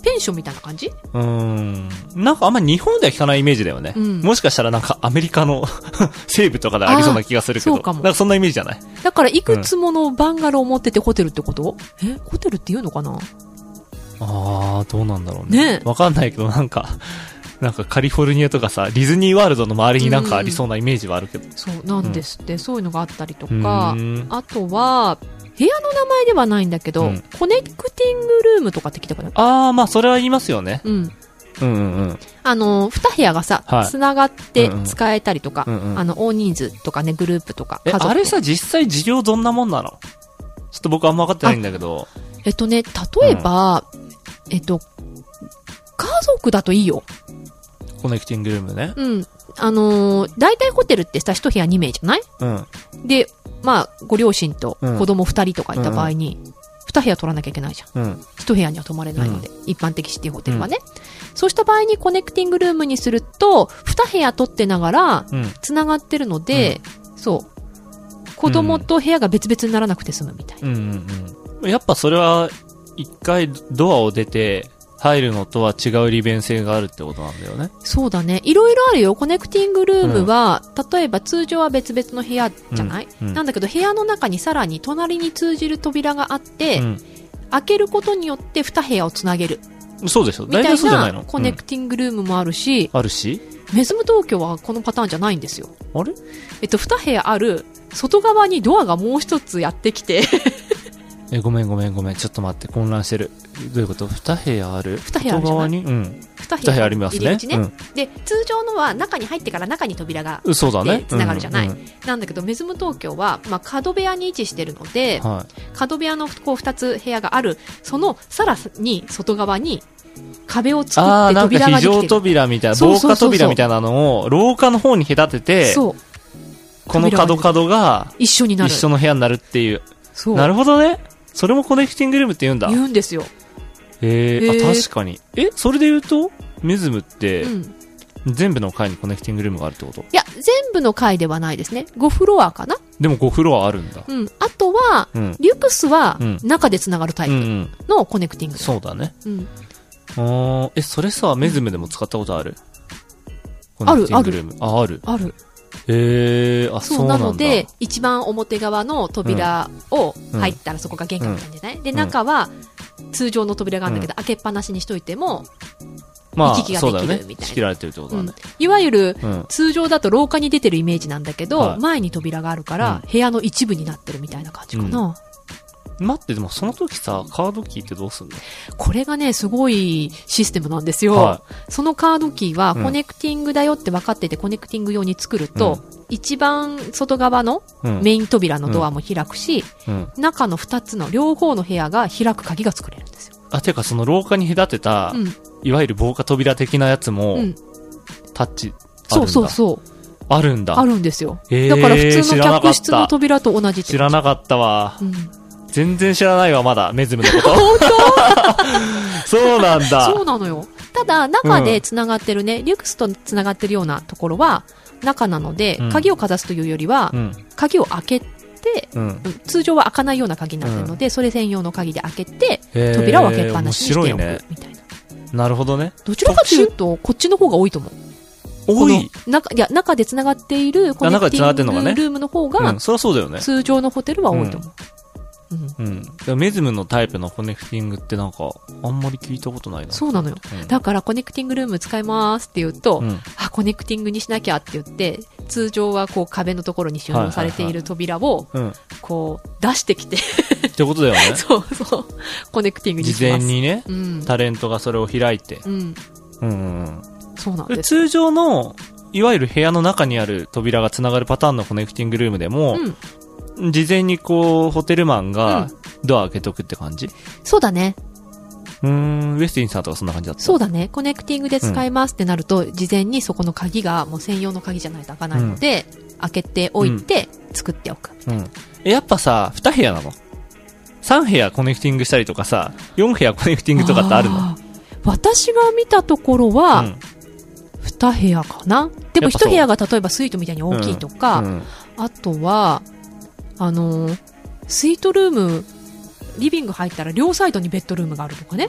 ペンションみたいな感じうーん。なんかあんまり日本では聞かないイメージだよね。うんもしかしたらなんかアメリカの 西部とかでありそうな気がするけあど。ーそうかもなんかそんなイメージじゃないだから、いくつものバンガローを持っててホテルってこと、え、ホテルって言うのかなああ、どうなんだろうね。ねわかんないけどなんか、 なんかカリフォルニアとかさ、ディズニーワールドの周りになんかありそうなイメージはあるけど。そうなんですって、そういうのがあったりとうか、ーんあとは、部屋の名前ではないんだけど、うんコネクティングルームとかって聞いたことあるああ、まあそれは言いますよね。うん。うんうんうん。あの、二部屋がさはい、つながってうんうん使えたりとか、うんうんあの、大人数とかね、グループとか、え、家族あれさ、実際事業どんなもんなのちょっと僕あんま分かってないんだけど。えっとね、例えば、えっと、家族だといいよ。コネクティングルームね。うん。あのー大体ホテルってさ、一部屋2名じゃないうん。で、まあ、ご両親とうん子供2人とかいた場合に、2部屋取らなきゃいけないじゃん。うん。 1部屋には泊まれないので、一般的シティホテルはね。そうした場合にコネクティングルームにすると、2部屋取ってながら、うん。繋がってるので、そう。子供と部屋が別々にならなくて済むみたいな。うんうんうん。やっぱそれは、一回ドアを出て入るのとは違う利便性があるってことなんだよね。そうだね。いろいろあるよ。コネクティングルームは、例えば通常は別々の部屋じゃない、うんうんなんだけど部屋の中にさらに隣に通じる扉があって、う開けることによって2部屋をつなげる。ん。そうでしょ。み大た体いそうじゃないのなコネクティングルームもあるし、うんあるしメズム東京はこのパターンじゃないんですよ。あれえっと、2部屋ある、外側にドアがもう一つやってきて、え、ごめんごめんごめん。ちょっと待って、混乱してる。どういうこと二部屋ある二部屋あるじゃない外側にうん。 2部 二部屋屋あります入ねり。口ねで、通常のは中に入ってから中に扉がうん。そうだねで。繋がるじゃないうんうんなんだけど、メズム東京は、まあ、角部屋に位置してるので、はい。角部屋のこう2つ部屋がある、そのさらに外側に壁を作あっあ、てなんか扉が非でき常てる。扉みたいな、そう防そうそうそ火う扉みたいなのを、廊下の方に隔てて、そう。この角角が一緒にな一る。緒の部屋になるっていう。そう。なるほどね。それもコネクティングルームって言うんだ。言うんですよ。えへー、ーあ、確かに。え、それで言うと、メズムってう、ん。い全部の階にコネクティングルームがあるってことや、全部の階ではないですね。5フロアかなでも5フロアあるんだ。うん。あとは、うん。リュクスはうん中でつながるタうイんうプん。のコネクティング。そうだね。うん。あーえ、それさ、メズムでも使ったことあるコネクティングルーム。あ、ある。ある。えー、あ、そそううななんだ。ので、一番表側の扉を入ったらそこが玄関みたいなんじゃない、で、中は通常の扉があるんだけど、開けっぱなしにしといても、ま行あ、き来がそうだよできるみね。たいな仕切られてるってことうだんね。いわゆるうん。通常だと廊下に出てるイメージなんだけど、はい前に扉があるから、部屋の一部になってるみたいな感じかな、待って、でもその時さ、カードキーってどうすんのこれがね、すごいシステムなんですよ。はそのカードキーはうんコネクティングだよって分かってて、コネクティング用に作ると、一番外側のい。うん。メイン扉のドアも開くし、うん。中の二つの両方の部屋が開く鍵が作れるんですよ。あ、てかその廊下に隔てたう、ん。いわゆる防火扉的なやつもうん、タッチ、あるんだそうそうそう。あるんだ。あるんですよ。えーだから普通知のらなかった客室の扉と同じって知らなかったわう。ん。全然知らないわ、まだ、メズムの こと。本当 そうなんだそう。なのよ。ただ、中で繋がってるね、リュックスと繋がってるようなところは、中なのでうん、鍵をかざすというよりは、うん。鍵を開けて、うん。うん通常は開かないような鍵になってるので、それ専用の鍵で開けて、へー扉を開けっぱなしにしておくみた面白いねいな。なるほどね。どちらかというと、こっちの方が多いと思う。多い。この中、いや、中で繋がっている、コネクティ中で繋がってんのがングねルームの方うがん、、そりゃそうだよね。通常のホテルは多いと思う。うん。うん。だからメズムのタイプのコネクティングってなんか、あんまり聞いたことないな。そうなのよ。うんだから、コネクティングルーム使いますって言うと、うん。あ、コネクティングにしなきゃって言って、通常はこう壁のところに収納されている扉を、うん。っこう出してきて、てことだよね。 そうそう、コネクティングにします。事前。にね、うん。タレントがそれを開いて。うん。うんうんうん。そうなんでです。通常の、いわゆる部屋の中にある扉が繋がるパターンのコネクティングルームでも、うん。事前にこう、ホテルマンうがんドア開けとくって感じそうだね。うーん、ウェスティンさんとかそんな感じだったそうだね。コネクティングで使いますってなると、事前にそこの鍵がもう専用の鍵じゃないと開かないので、開けておいて、作っておく。うん。え、やっぱさ、二部屋なの三部屋コネクティングしたりとかさ、四部屋コネクティングとかってあるのー私が見たところうはん、 2部屋かな。でもやっぱそう1部屋が例えばスイートみたいに大きいとか、うんあとは、あのースイートルーム、リビング入ったら両サイドにベッドルームがあるとかね。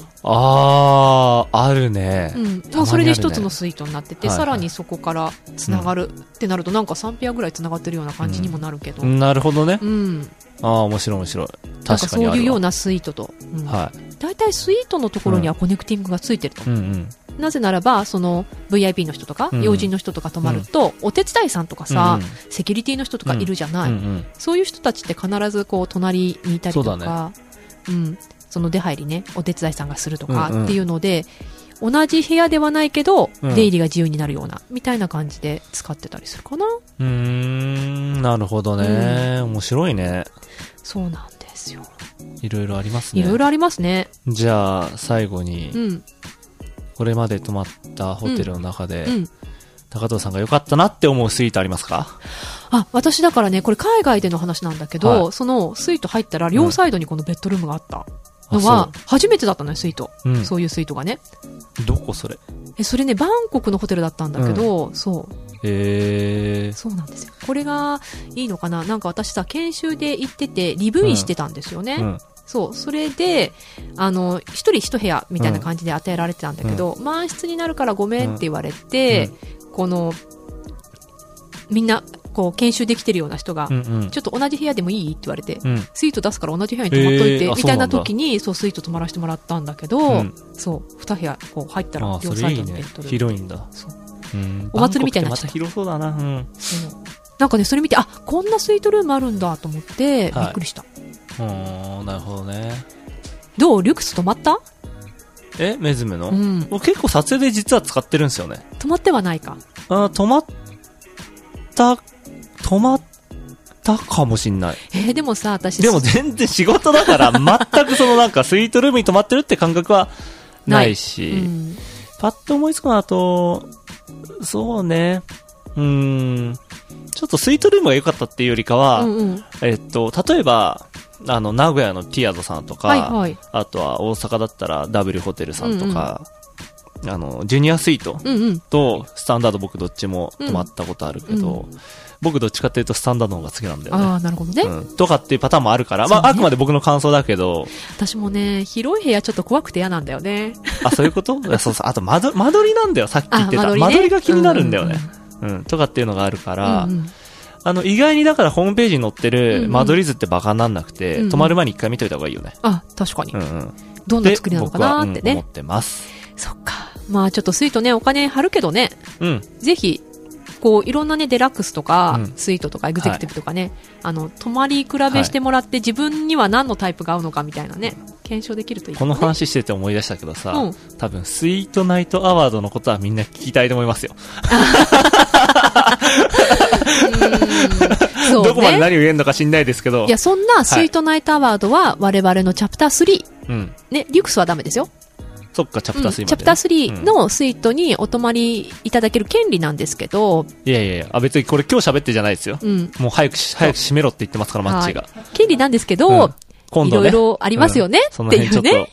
あー、あるね。うん。まにあるねそれで一つのスイートになってて、はいはいさらにそこから繋がるってなると、なんか3ペアぐらい繋がってるような感じにもなるけど。うん。なるほどね。あー、面白い面白い。なんか確かそうにあるわ。いうようなスイートと。うんはい。大体スイートのところにはコネクティングがついてるとうんうん。なぜならば、その VIP の人とか、うん要人の人とか泊まると、お手伝いさんとかさ、うんうんセキュリティの人とかいるじゃない、うんうん。そういう人たちって必ずこう隣にいたりとそうか、うん、その出入りね、お手伝いさんがするとかうんうんっていうので、同じ部屋ではないけど、うん出入りが自由になるような、みたいな感じで使ってたりするかな。うーん、なるほどね。面白いね。そうなんですよ。いろいろありますね。いろいろありますね。じゃあ、最後うに、ん。これまで泊まったホテルの中でう、ん。高藤さんが良かったなって思うスイートありますかあ、私だからね、これ海外での話なんだけど、はそのスイート入ったら両サイドにこのベッドルームがあったあのは、初めてだったのよ、スイート。そううん。そういうスイートがね。どこそれえ、それね、バンコクのホテルだったんだけど、そう。えー。そうなんですよ。これがいいのかななんか私さ、研修で行ってて、リブインしてたんですよね。うん。そう。それで、あの、一人一部屋みたいな感じで与えられてたんだけど、満室になるからごめんって言われて、この、みんな、こう、研修できてるような人が、うんうんちょっと同じ部屋でもいいって言われて、うん。スイート出すから同じ部屋に泊まっといて、えーあみたいなそうなんだ時に、そう、スイート泊まらせてもらったんだけど、うんそう、二部屋、こう、入ったあらあ、、両そサれイいドいのベねッド。ルーム広いんだ。そううんお祭りみたいになっバンコクってまた広そうだな。うん。そうなんかね、それ見て、あ、こんなスイートルームあるんだと思って、びはいっくりした。うーん、なるほどね。どうリュクス止まったえ、メズムのうん。僕結構撮影で実は使ってるんですよね。止まってはないか。あー止まった、止まったかもし んない。えーでもさ、私、でも全然仕事だから、全くそのなんかスイートルームに泊まってるって感覚はないし、うん、パッと思いつくのだと、そうね、うーん、ちょっとスイートルームが良かったっていうよりかは、うんうん。えっと、例えば、あの、名古屋のティアドさんとか、はいはい。あとは大阪だったら W ホテルさんとか、あの、ジュニアスイートうんうん。とスタンダード僕どっちも泊まったことあるけど、僕どっちかっていうとスタンダードの方が好きなんだよね。ああ、なるほどね、うん、とかっていうパターンもあるから、まそうあ、ねあくまで僕の感想だけど、私もね、広い部屋ちょっと怖くて嫌なんだよ ね。あ、そういうこと いやそうそう。あと、間取間取りなんだよ、さっき言ってた。間取ねりが気になるんだよね。うん、とかっていうのがあるかうんうん。ら、うんうんあの、意外にだからホームページに載ってうんうるん間取り図ってバカになんなくて、うんうん泊まる前に一回見といた方がいいよね。あ、確かに、うんうん。どんなで作りなのか僕はなってうん思ねっ。てます。そっか。まあちょっとスイートね、お金張るけどね、うん。ぜひ、こう、いろんなね、デラックスとか、うんスイートとか、エグゼクティブとかね、あの、泊まり比べしてもらって、自分には何のタイプが合うのかみたいなね、検証できるといい、ね。この話してて思い出したけどさ、うん多分、スイートナイトアワードのことはみんな聞きたいと思いますよ。うんそうね。どこまで何を言えるのか知んないですけど。いや、そんなスイートナイトアワードは、我々のチャプター3、うん。ね、リュクスはダメですよ。そっか、チャプター3までね、うんチャプター3のスイートにお泊まりいただける権利なんですけど、いやいやいや、あ別にこれ今日喋ってじゃないですよ。うん。もう早くし、早く閉めろって言ってますから、マッチーが。権利なんですけうど、ん今い度ろね。いろありますよね、そっのてい辺ちょうっね。と、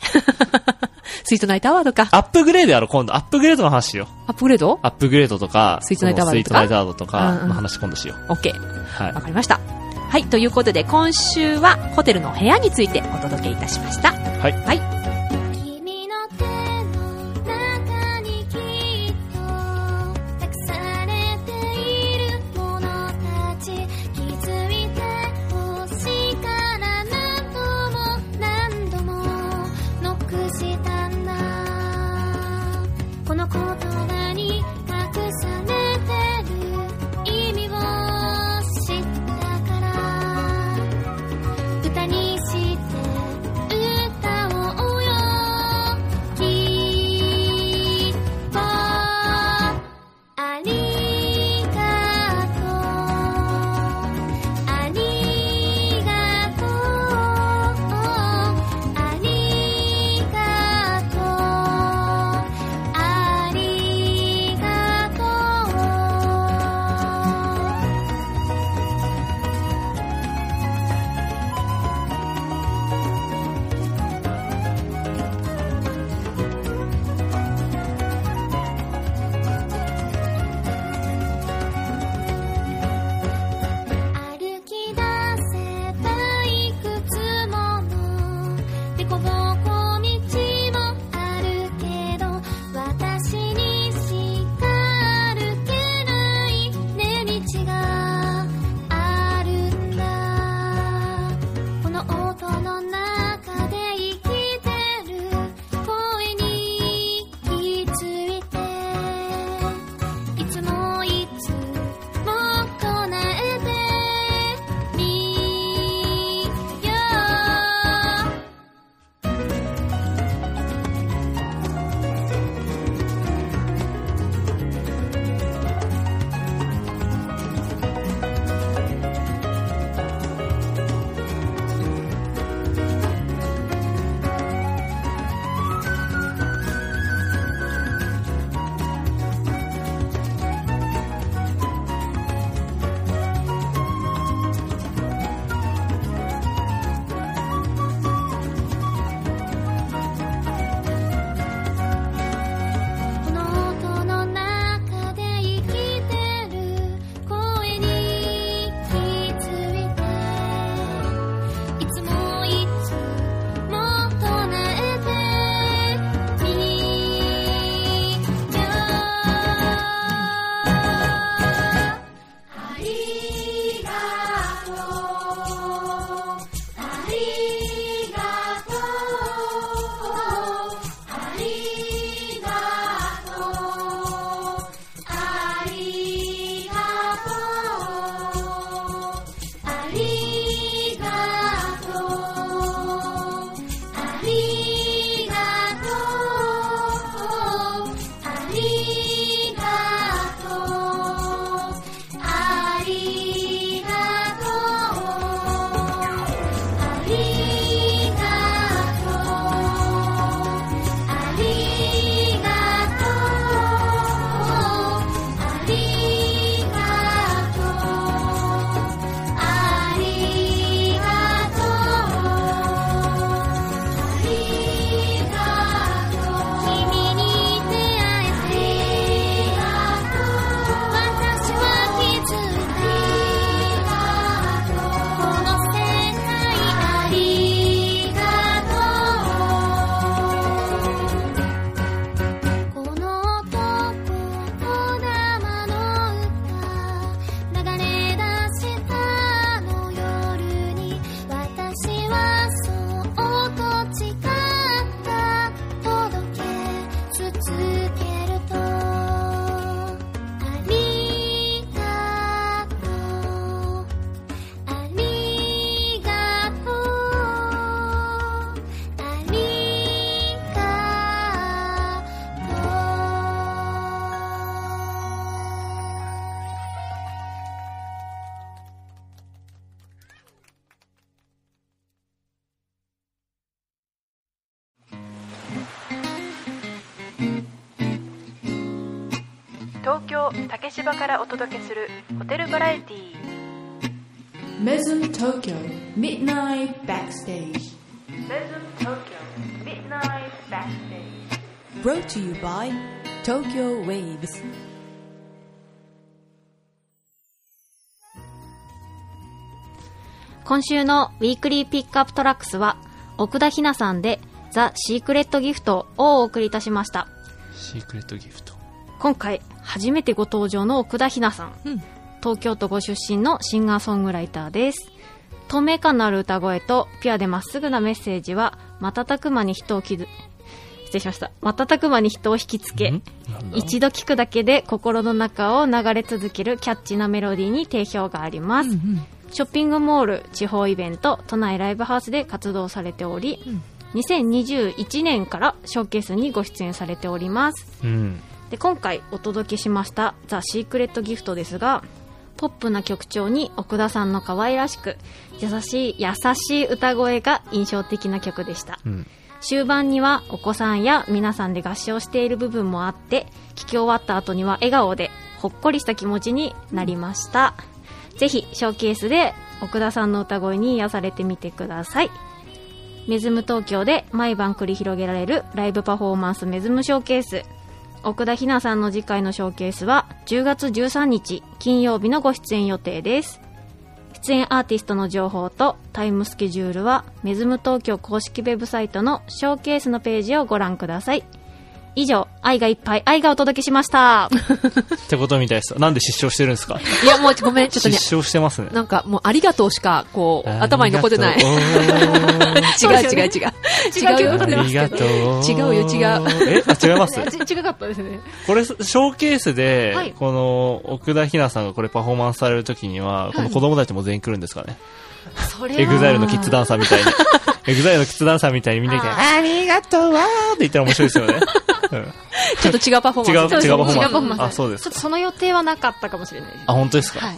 スイートナイトアワードか。アップグレードやろ、今度。アップグレードの話しよう。アップグレードアップグレードとか、スイートナイトアワードとかそのスイートナイトアワードとうんうかんの話今度しよう。 ?OK。はいわ。かりました。はい、ということで今週はホテルの部屋についてお届けいたしました。はい君の手の中にきっと託されているものたち気づいて欲しいから何度も何度もノックしたんだこの言葉に隠されてる意味を知ったから歌にして歌をと竹芝からお届けするホテルバラエティー Mesm Tokyo Midnight Backstage. Mesm Tokyo Midnight Backstage Brought to you by Tokyo Waves. 今週のウィークリーピックアップトラックスは奥田ひなさんで「ザ・シークレット・ギフト」をお送りいたしましたシークレットギフト。今回初めてご登場の奥田ひなさん、うん東京都ご出身のシンガーソングライターです透明感のある歌声とピュアでまっすぐなメッセージは瞬く間に人を傷失礼しました瞬く間に人を引きつけんなんだ一度聴くだけで心の中を流れ続けるキャッチなメロディーに定評があります、ショッピングモール地方イベント都内ライブハウスで活動されており、2021年からショーケースにご出演されておりますうん。で今回お届けしました「ザ・シークレット・ギフト」ですがポップな曲調に奥田さんの可愛らしく優しい優しい歌声が印象的な曲でしたうん。終盤にはお子さんや皆さんで合唱している部分もあって聴き終わった後には笑顔でほっこりした気持ちになりました、ぜひショーケースで奥田さんの歌声に癒されてみてくださいメズム東京で毎晩繰り広げられるライブパフォーマンスメズムショーケース奥田ひなさんの次回のショーケースは10月13日金曜日のご出演予定です出演アーティストの情報とタイムスケジュールはメズム東京公式ウェブサイトのショーケースのページをご覧ください以上愛がいっぱい愛がお届けしましたってことみたいです。なんで失笑してるんですかいや、もうご めん、 ちょっとね、失笑してますね。なんかもうありがとうしか、こう、頭に残ってない。違う 違う違う。違 うよ。ありがとう。違うよ、違う。えあ、違いますち 違かったですね。これ、ショーケースで、はいこの、奥田ひなさんがこれパフォーマンスされるときには、この子供たちも全員来るんですかね。それエグザイルのキッズダンサーみ たいに。エグザイルのキッズダンサーみたいにみんなで、 ありがとうわーって言ったら面白いですよね。うんちょっと違うパフォー違う、違マうンス。パフォー違うパフォーママンンス。あ、スそうでちょすっ。とその予定はなかったかもしれないですあ、本当ですかはい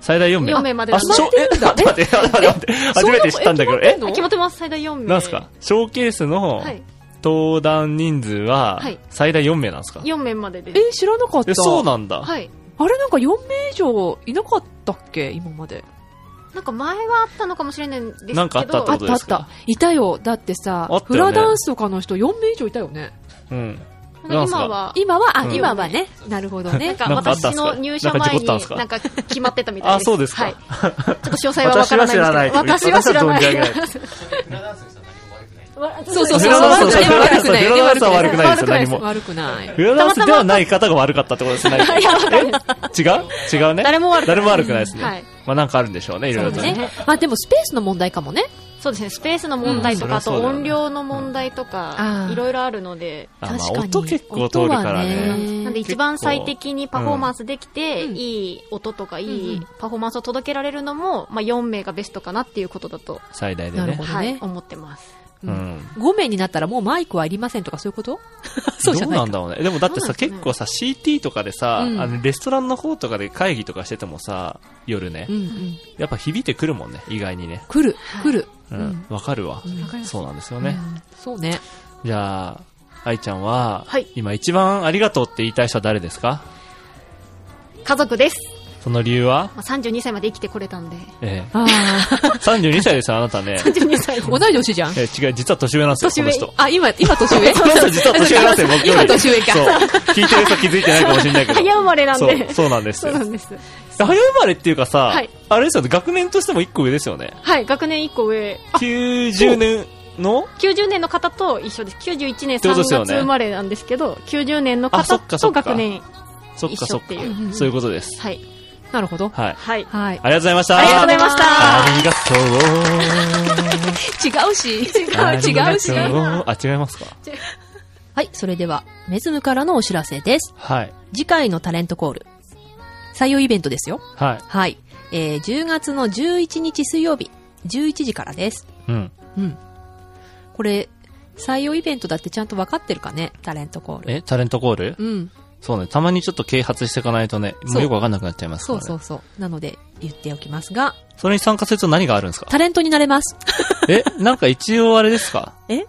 最大4名。 4名まであ、ショーえ、待って待って待って待って。初めて知ったんだけど、えあ決まってます最大4名なんすかショーケースのはい登壇人数ははい最大4名なんですか、 4名までですえ、知らなかった。え、そうなんだ。はいあれなんか4名以上いなかったっけ今まで。なんか前はあったのかもしれないんですけどなんかあったってあっことたあでっすかた。いたよ。だってさ、あったよねフラダンスとかの人4名以上いたよね。うん。なんかなんすか今は今は、あ、うん今はね。なるほどな んね。かなんかあったん私すかの入社なんか事前に故ったんすかなんか決まってたみたいです。あそうですかはい。ちょっと詳細はわからないんですけど。私は知らない私は知らない。そうそうそう。フラダンスで悪くないフラダンスは悪くないですよ悪くない何悪くない。もフラダンスではない方が悪かったってことですね。 え違う違うね。誰も悪くない誰も悪くないですね。はいまあなんかあるんでしょうね、いろいろとね。ね。まあでもスペースの問題かもね。そうですね、スペースの問題とうんか、あそりゃとそうだよね音量の問題とうんかあ、ーいろいろあるので、あまあ確かに音結構通るから音はね。ねなんで結構一番最適にパフォーマンスできて、うんいい音とかいうんういんパフォーマンスを届けられるのも、まあ4名がベストかなっていうことだと、最大でなるねほ。どはねい、思ってます。ううんん。 5名になったらもうマイクはいりませんとかそういうこと そうじゃどうないなかんだろうね。でもだってさ、そうなんですね結構さ、CT とかでさ、うんあのレストランの方とかで会議とかしててもさ、夜ねう、んうん。やっぱ響いてくるもんね、意外にね。来る、来る。ううんん。わかるわ。そうなんですよね。そうね。じゃあ、愛ちゃんは、はい今一番ありがとうって言いたい人は誰ですか家族です。その理由はまあ32歳まで生きてこれたんで。ええああ。 32歳ですよ、あなたね。 32歳。 同い年じゃん。ええ違う、実は年上なんですよ、この年上人。あ、今、今年 上この人実は年上なんですよ、僕より 今年上か。そう。聞いてる人気づいてないかもしれないけど。 早生まれなんそうで。、そうなんですそうよ。なんです。早生まれっていうかさ、はいあれですよね、学年としても1個上ですよね。はい、学年1個上。 90年の90年の方と一緒です。91年てこ3とです月よね生まれなんですけど、90年のあそ方っかそっとか学年。そっかそっか一緒っていううんうん。そういうことです。はい。なるほど。はい。はい。はい。ありがとうございました。ありがとうございましあた。りがとう。違うし。違ありがとうし。あ、違いますかはい、それでは、メズムからのお知らせです。はい。次回のタレントコール。採用イベントですよ。はい。はい。えー、10月の11日水曜日、11時からです。うん。うん。これ、採用イベントだってちゃんと分かってるかねタレントコール。え、タレントコールうん。そうね。たまにちょっと啓発していかないとね、そうもうよくわかんなくなっちゃいますかそらうね。そうそう。なので、言っておきますが、それに参加すると何がある んですかタレントになれます。え、なんか一応あれですかえ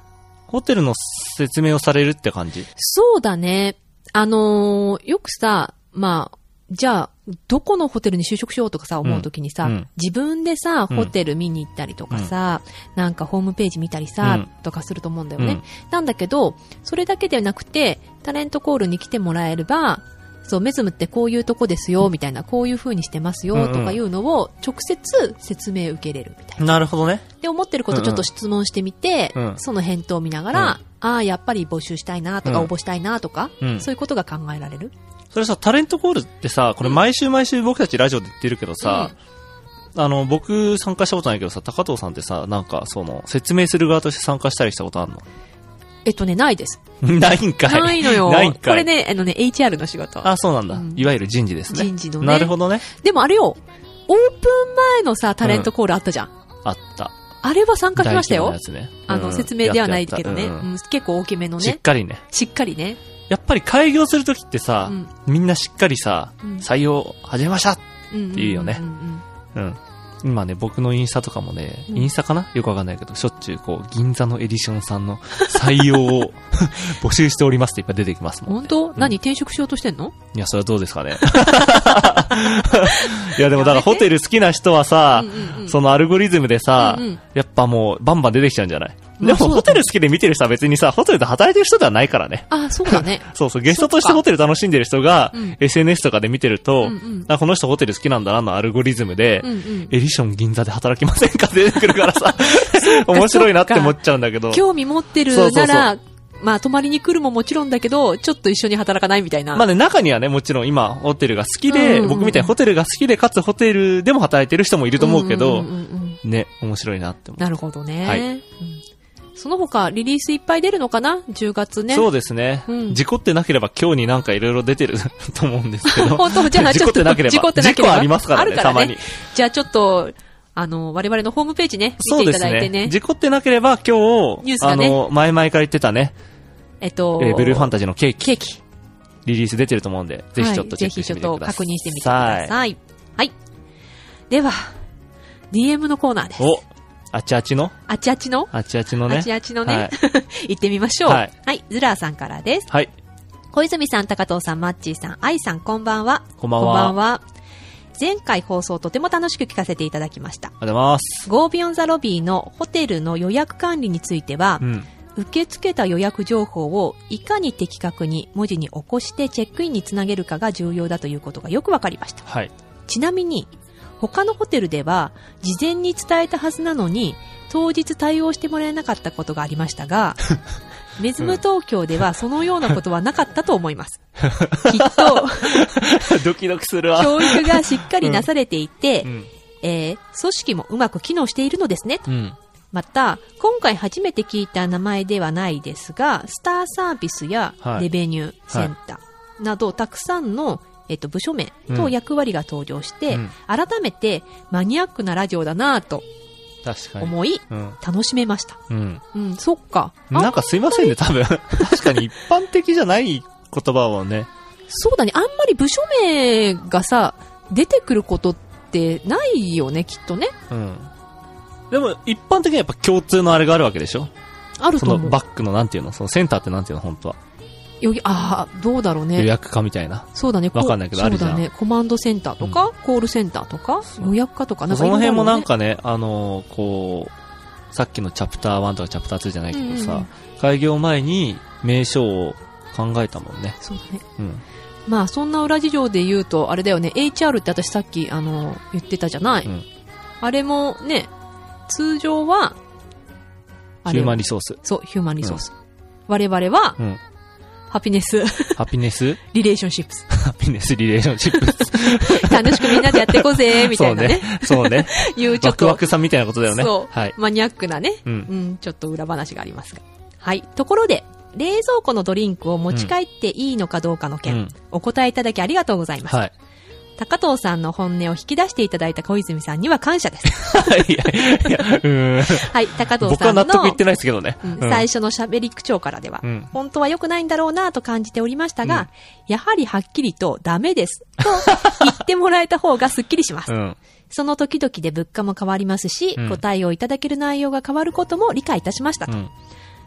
ホテルの説明をされるって感じそうだね。あのーよくさ、まあ、じゃあ、どこのホテルに就職しようとかさ、思うときにさ、うん自分でさ、うんホテル見に行ったりとかさ、なんかホームページ見たりさ、うとかすると思うんだよね。なんだけど、それだけではなくて、タレントコールに来てもらえれば、そう、メズムってこういうとこですよ、みたいな、こういう風にしてますうんよ、うんとかいうのを直接説明受けれるみたいな。なるほどね。で、思ってることちょっと質問してみて、うんうんその返答を見ながら、ああ、やっぱり募集したいなとか、うん応募したいなとか、うんそういうことが考えられる。それさ、タレントコールってさ、これ毎週毎週僕たちラジオで言ってるけどさ、あの、僕参加したことないけどさ、高藤さんってさ、なんかその、説明する側として参加したりしたことあんえっとね、ないです。の ないんかい。ないのよ。ないんかい。これね、あのね、HR の仕事。あ、そうなんだ。うんいわゆる人事ですね。人事のねなるほどね。でもあれよ、オープン前のさ、タレントコールあったじゃん。あった。あれは参加しました大規模なよや。つねあうの、ん説明ではないけどね。やったやったうんうん結構大きめのしっね。かりね。しっかりね。やっぱり開業するときってさう、んみんなしっかりさ、うん採用始めましたうんいいよねうんうんうん。今ね、僕のインスタとかもね、うんインスタかなよくわかんないけど、しょっちゅうこう、銀座のエディションさんの採用を 募集しておりますっていっぱい出てきますうんも本ん、ね。当何転職しようとしてんのいや、それはどうですか ね。 いや、でもだやめからてホテル好きな人はさ、うんうんうんそのアルゴリズムでさ、うんうんやっぱもうバンバン出てきちゃうんじゃないまであそうだもねホテル好きで見てる人は別にさ、ホテルで働いてる人ではないからね。あ、そうだ ね。そうそう、ゲストとしてホテル楽しんでる人が、うん SNS とかで見てると、うんうんあこの人ホテル好きなんだなのアルゴリズムで、うんうん。エディション銀座で働きませんかって出てくるからさ、面白いなって思っちゃうんだけど。興味持ってるそうそなうそうら、まあ、泊まりに来るももちろんだけど、ちょっと一緒に働かないみたいな。まあね、中にはね、もちろん今、ホテルが好きで、うんうんうん僕みたいにホテルが好きで、かつホテルでも働いてる人もいると思うけど、んんうんうんね、面白いなって思う。なるほどね。はいうんその他、リリースいっぱい出るのかな ?10 月ね。そうですね、うん事故ってなければ今日になんかいろいろ出てると思うんですけど。 本当じゃあ、事ちょ故っっと、てなければ。事故ってなければ。はありますからね、あるたまに。じゃあ、ちょっと、あの、我々のホームページね、見そていうでたすだいてね。ね。事故ってなければ今日、ニュースあがねの、前々から言ってたね、えっと、えーブルーファンタジーのケーキ、ケーキ。リリース出てると思うんで、ぜひちょっとチェックしてみてくだはいぜひちょっとさい。確認してみてください。はい。では、DM のコーナーです。お、あちあちのあちあちの、あちあちのね。あちあちのね、はい 行ってみましょう。はいはい、ズラーさんからです。はい。小泉さん、高藤さん、マッチーさん、愛さん、こんばんは。こんばんはこんばんは。前回放送とても楽しく聞かせていただきました。ありがとうございます。ゴービオンザロビーのホテルの予約管理についてはう、ん。受け付けた予約情報をいかに的確に文字に起こしてチェックインにつなげるかが重要だということがよくわかりました。はい。 ちなみに、他のホテルでは事前に伝えたはずなのに、当日対応してもらえなかったことがありました が、メズム東京ではそのようなことはなかったと思い ます。きっと、ドキドキするわ。教育がしっかりなされていて、うん。えー組織もうまく機能しているのですね。うん。また、今回初めて聞いた名前ではないですが、スターサービスやはいレベニューセンターなど、たくさんの、えっと、部署名と役割が登場して、うん改めてマニアックなラジオだなぁと確かに。思い、うん。楽しめました。うん。うん、そっか。あなんかすいません ね、多分。確かに一般的じゃない言葉をね。そうだね。あんまり部署名がさ、出てくることってないよね、きっとね。うん。でも、一般的にはやっぱ共通のあれがあるわけでしょあるそとの思う。バックのなんていうのそのセンターってなんていうの本当は。よぎああ、どうだろう予ね。約化みたいな。そうだね。こうわかんないけどあそるうじゃんだね。コマンドセンターとか、コールセンターとか、そう予約課とか、なんかそいろのいろあ辺るもよねなんかね、あのーこう、さっきのチャプター1とかチャプター2じゃないけどさ、うんうん開業前に名称を考えたもんね。そうだね。うん。まあ、そんな裏事情で言うと、あれだよね、HR って私さっき、あの、言ってたじゃない。うんあれもね、通常は、あヒれューマンはリソース。そう、ヒューマンリソース。我々は、うん。ハピネス、 ハピネスリレーションシップス。ハピネスリレーションシップ。楽しくみんなでやってこう ぜ、みたそういなねね。。そ うね。いう、ちょワっクと、ワクさんみたいなことだよね。そう、はい。マニアックなね、ううんん、ちょっと裏話がありますが。はい。ところで、冷蔵庫のドリンクを持ち帰っていいのかどうかの件、うんお答えいただきありがとうございます。 はい。高藤さんの本音を引き出していただいた小泉さんには感謝 です。いや、いや、うーん。はい、高藤僕さはんの納得いってないですけどね。うんうん最初の喋り口調からでは、うん本当は良くないんだろうなと感じておりましたが、うんやはりはっきりとダメ ですと言ってもらえた方がスッキリします。うん。その時々で物価も変わりますし、うん答えをいただける内容が変わることも理解いたしましたと。うん。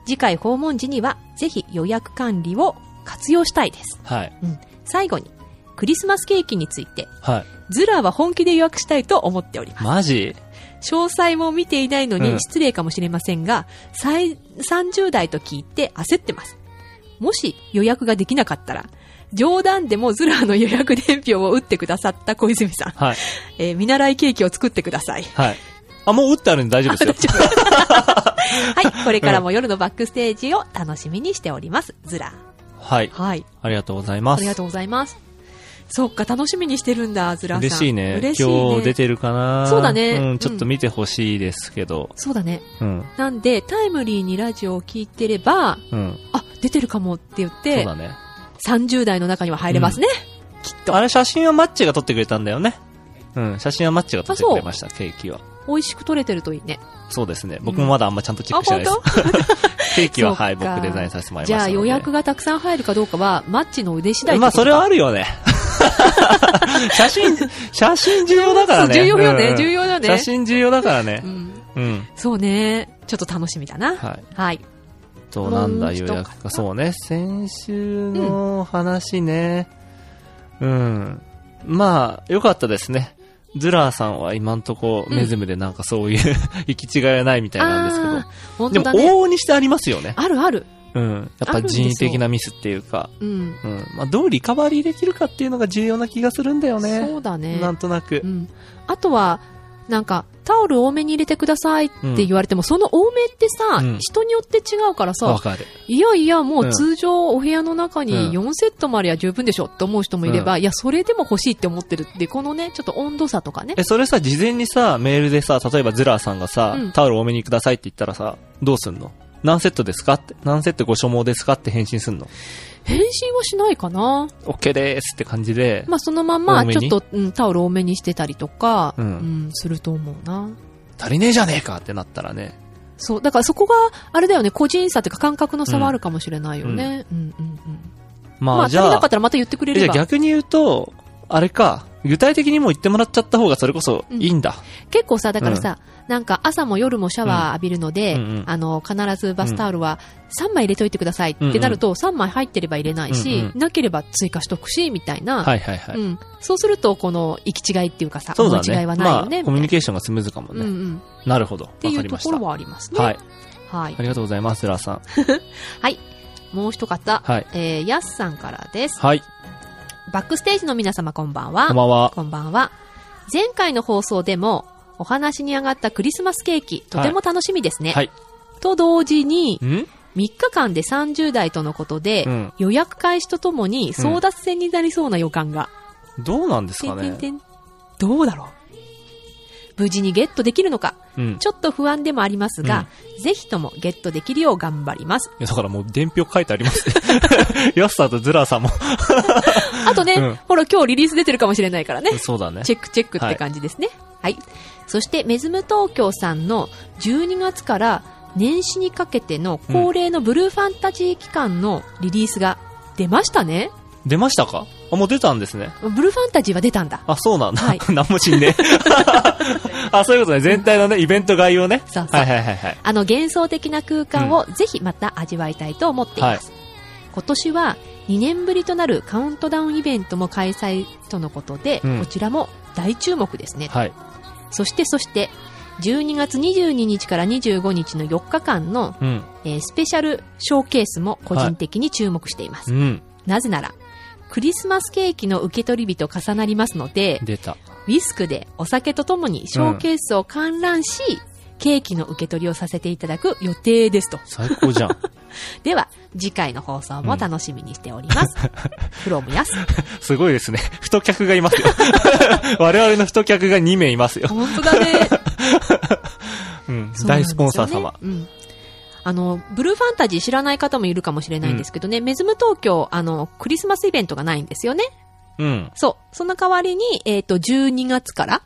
次回訪問時には、ぜひ予約管理を活用したいです。はい。うん最後に、クリスマスケーキについて、 はい。ズラは本気で予約したいと思っております。マジ詳細も見ていないのうにん失礼かもしれませんが、最30代と聞いて焦ってます。もし予約ができなかったら、冗談でもズラの予約伝票を打ってくださった小泉さん、はい。えー見習いケーキを作ってください。はい。あ、もう打ってあるんで大丈夫ですよ。はい、これからも夜のバックステージを楽しみにしております。ズラ。はい。はい、ありがとうございまあす。りがとうございます。そっか、楽しみにしてるんだ、ズラさん。嬉しいね。嬉しいね。今日出てるかなそうだねうん、ちょっと見てほしいですけど。そうだね。うん。なんで、タイムリーにラジオを聞いてれば、うん。あ、出てるかもって言っそうて、だね。 30代の中には入れますね。きっとあ。れ写真はマッチが撮ってくれたんだよね。うん、写真はマッチが撮ってくれました、ケーキは。美味しく取れてるといいね。そうですね。僕もまだあんまちゃんとチェックしてないです。あ ケーキは、はい、そっ僕かデザインさせてもらいましじたゃのあで。予約がたくさん入るかどうかは、マッチの腕次第ってまあ、ことそかれはあるよね。 写真、写真重要だからね。そう重要よねうんうん重要よね写真重要だからうね。ん。うん。そうね。ちょっと楽しみだな。はい。はい。と、なんだ、予約か。そうね。先週の話ね。うん。まあ、よかったですね。ズラーさんは今んとこ、うんメズムでなんかそういう、 行き違いはないみたいなんですけどあ。ー本で当も、だ往ね。々にしてありますよね。あるある。うん。やっあるぱんです人よ為的なミスっていうか、うん。うん。まあ、どうリカバリーできるかっていうのが重要な気がするんだよね。そうだね。なんとなくう。ん。あとは、なんか、タオル多めに入れてくださいって言われても、その多めってさ、うん人によって違うからわさ、かる。いやいや、もううん通常お部屋の中にうん4セットもありゃ十分でしょって思う人もいれば、いや、それでも欲しいって思ってるって、このね、ちょっと温度差とかね。え、それさ、事前にさ、メールでさ、例えばズラーさんがさ、うんタオル多めにくださいって言ったらさ、どうすんの何セットですかって、何セットご所望ですかって返信すんの返信はしないかな。 ?OK でーすって感じで、まあ、そのまんま、多めちょにっと、うん、タオル多めにしてたりとか、ううんん、すると思うな。足りねえじゃねえかってなったらね。そう、だからそこが、あれだよね、個人差っていうか感覚の差はあるかもしれないよね。うん、うん、うん。まあ、まあ、足じりゃなかっあ、たらまた言ってくれえじれゃあば。逆に言うと、あれか、具体的にもう言ってもらっちゃった方がそれこそいいんだ。結構さ、だからさ、なんか朝も夜もシャワー浴びるので、うんうんあの、必ずバスタオルは3枚入れといてくださいってなると、3枚入ってれば入れないし、うんうんなければ追加しとくし、みたいな。はいはいはい。うん。そうすると、この行き違いっていうかさ、そうだ思い違ね。いはないよまね。あ、コミュニケーションがスムーズかもうんね。うん。っなるほど。わていかうりとましこた。ろはありますね。はい。はい。ありがとうございます、ズラーさん。もう一方、はい。えー、やすさんからです。はい。バックステージの皆様こんばんは。こんばんは。こんばんは。前回の放送でも、お話に上がったクリスマスケーキ、とても楽しみですね。はい。と同時に、ん3日間で30代とのことで、うん予約開始とともに争奪戦になりそうな予感が。どうなんですかてんねて。んてんどうだろう無事にゲットできるのか、うん。ちょっと不安でもありますが、ぜひともゲットできるよう頑張ります。いや、だからもう伝票書いてあります ね。ヤスさんとズラーさんも。あとね、うんほら今日リリース出てるかもしれないからね。そうだね。チェックチェックって感じですね。はい。そして、メズム東京さんの12月から年始にかけての恒例のブルーファンタジー期間のリリースが出ましたね。出ましたかあ、もう出たんですね。ブルーファンタジーは出たんだ。あ、そうなんだ。はい 何もし んねえ。あ、そういうことね。全体のね、イベント概要ね。そうそうはいはいはいはい。あの幻想的な空間をぜひまた味わいたいと思っています、今年は2年ぶりとなるカウントダウンイベントも開催とのことで、うんこちらも大注目ですね、はい。そしてそして12月22日から25日の4日間の、うん。えースペシャルショーケースも個人的に注目しています、うん。なぜならクリスマスケーキの受け取り日と重なりますので出た。ウィスクでお酒とともにショーケースを観覧し、ケーキの受け取りをさせていただく予定ですと最高じゃん。では、次回の放送も楽しみにしております。フロムヤス。 すごいですね。太客がいますよ。 我々の太客が2名いますよ。 本当だね。うん。大スポンサー様。うん。あの、ブルーファンタジー知らない方もいるかもしれないんですけどね、メズム東京、あの、クリスマスイベントがないんですよね。うん。そう。その代わりに、えっ、と、12月から、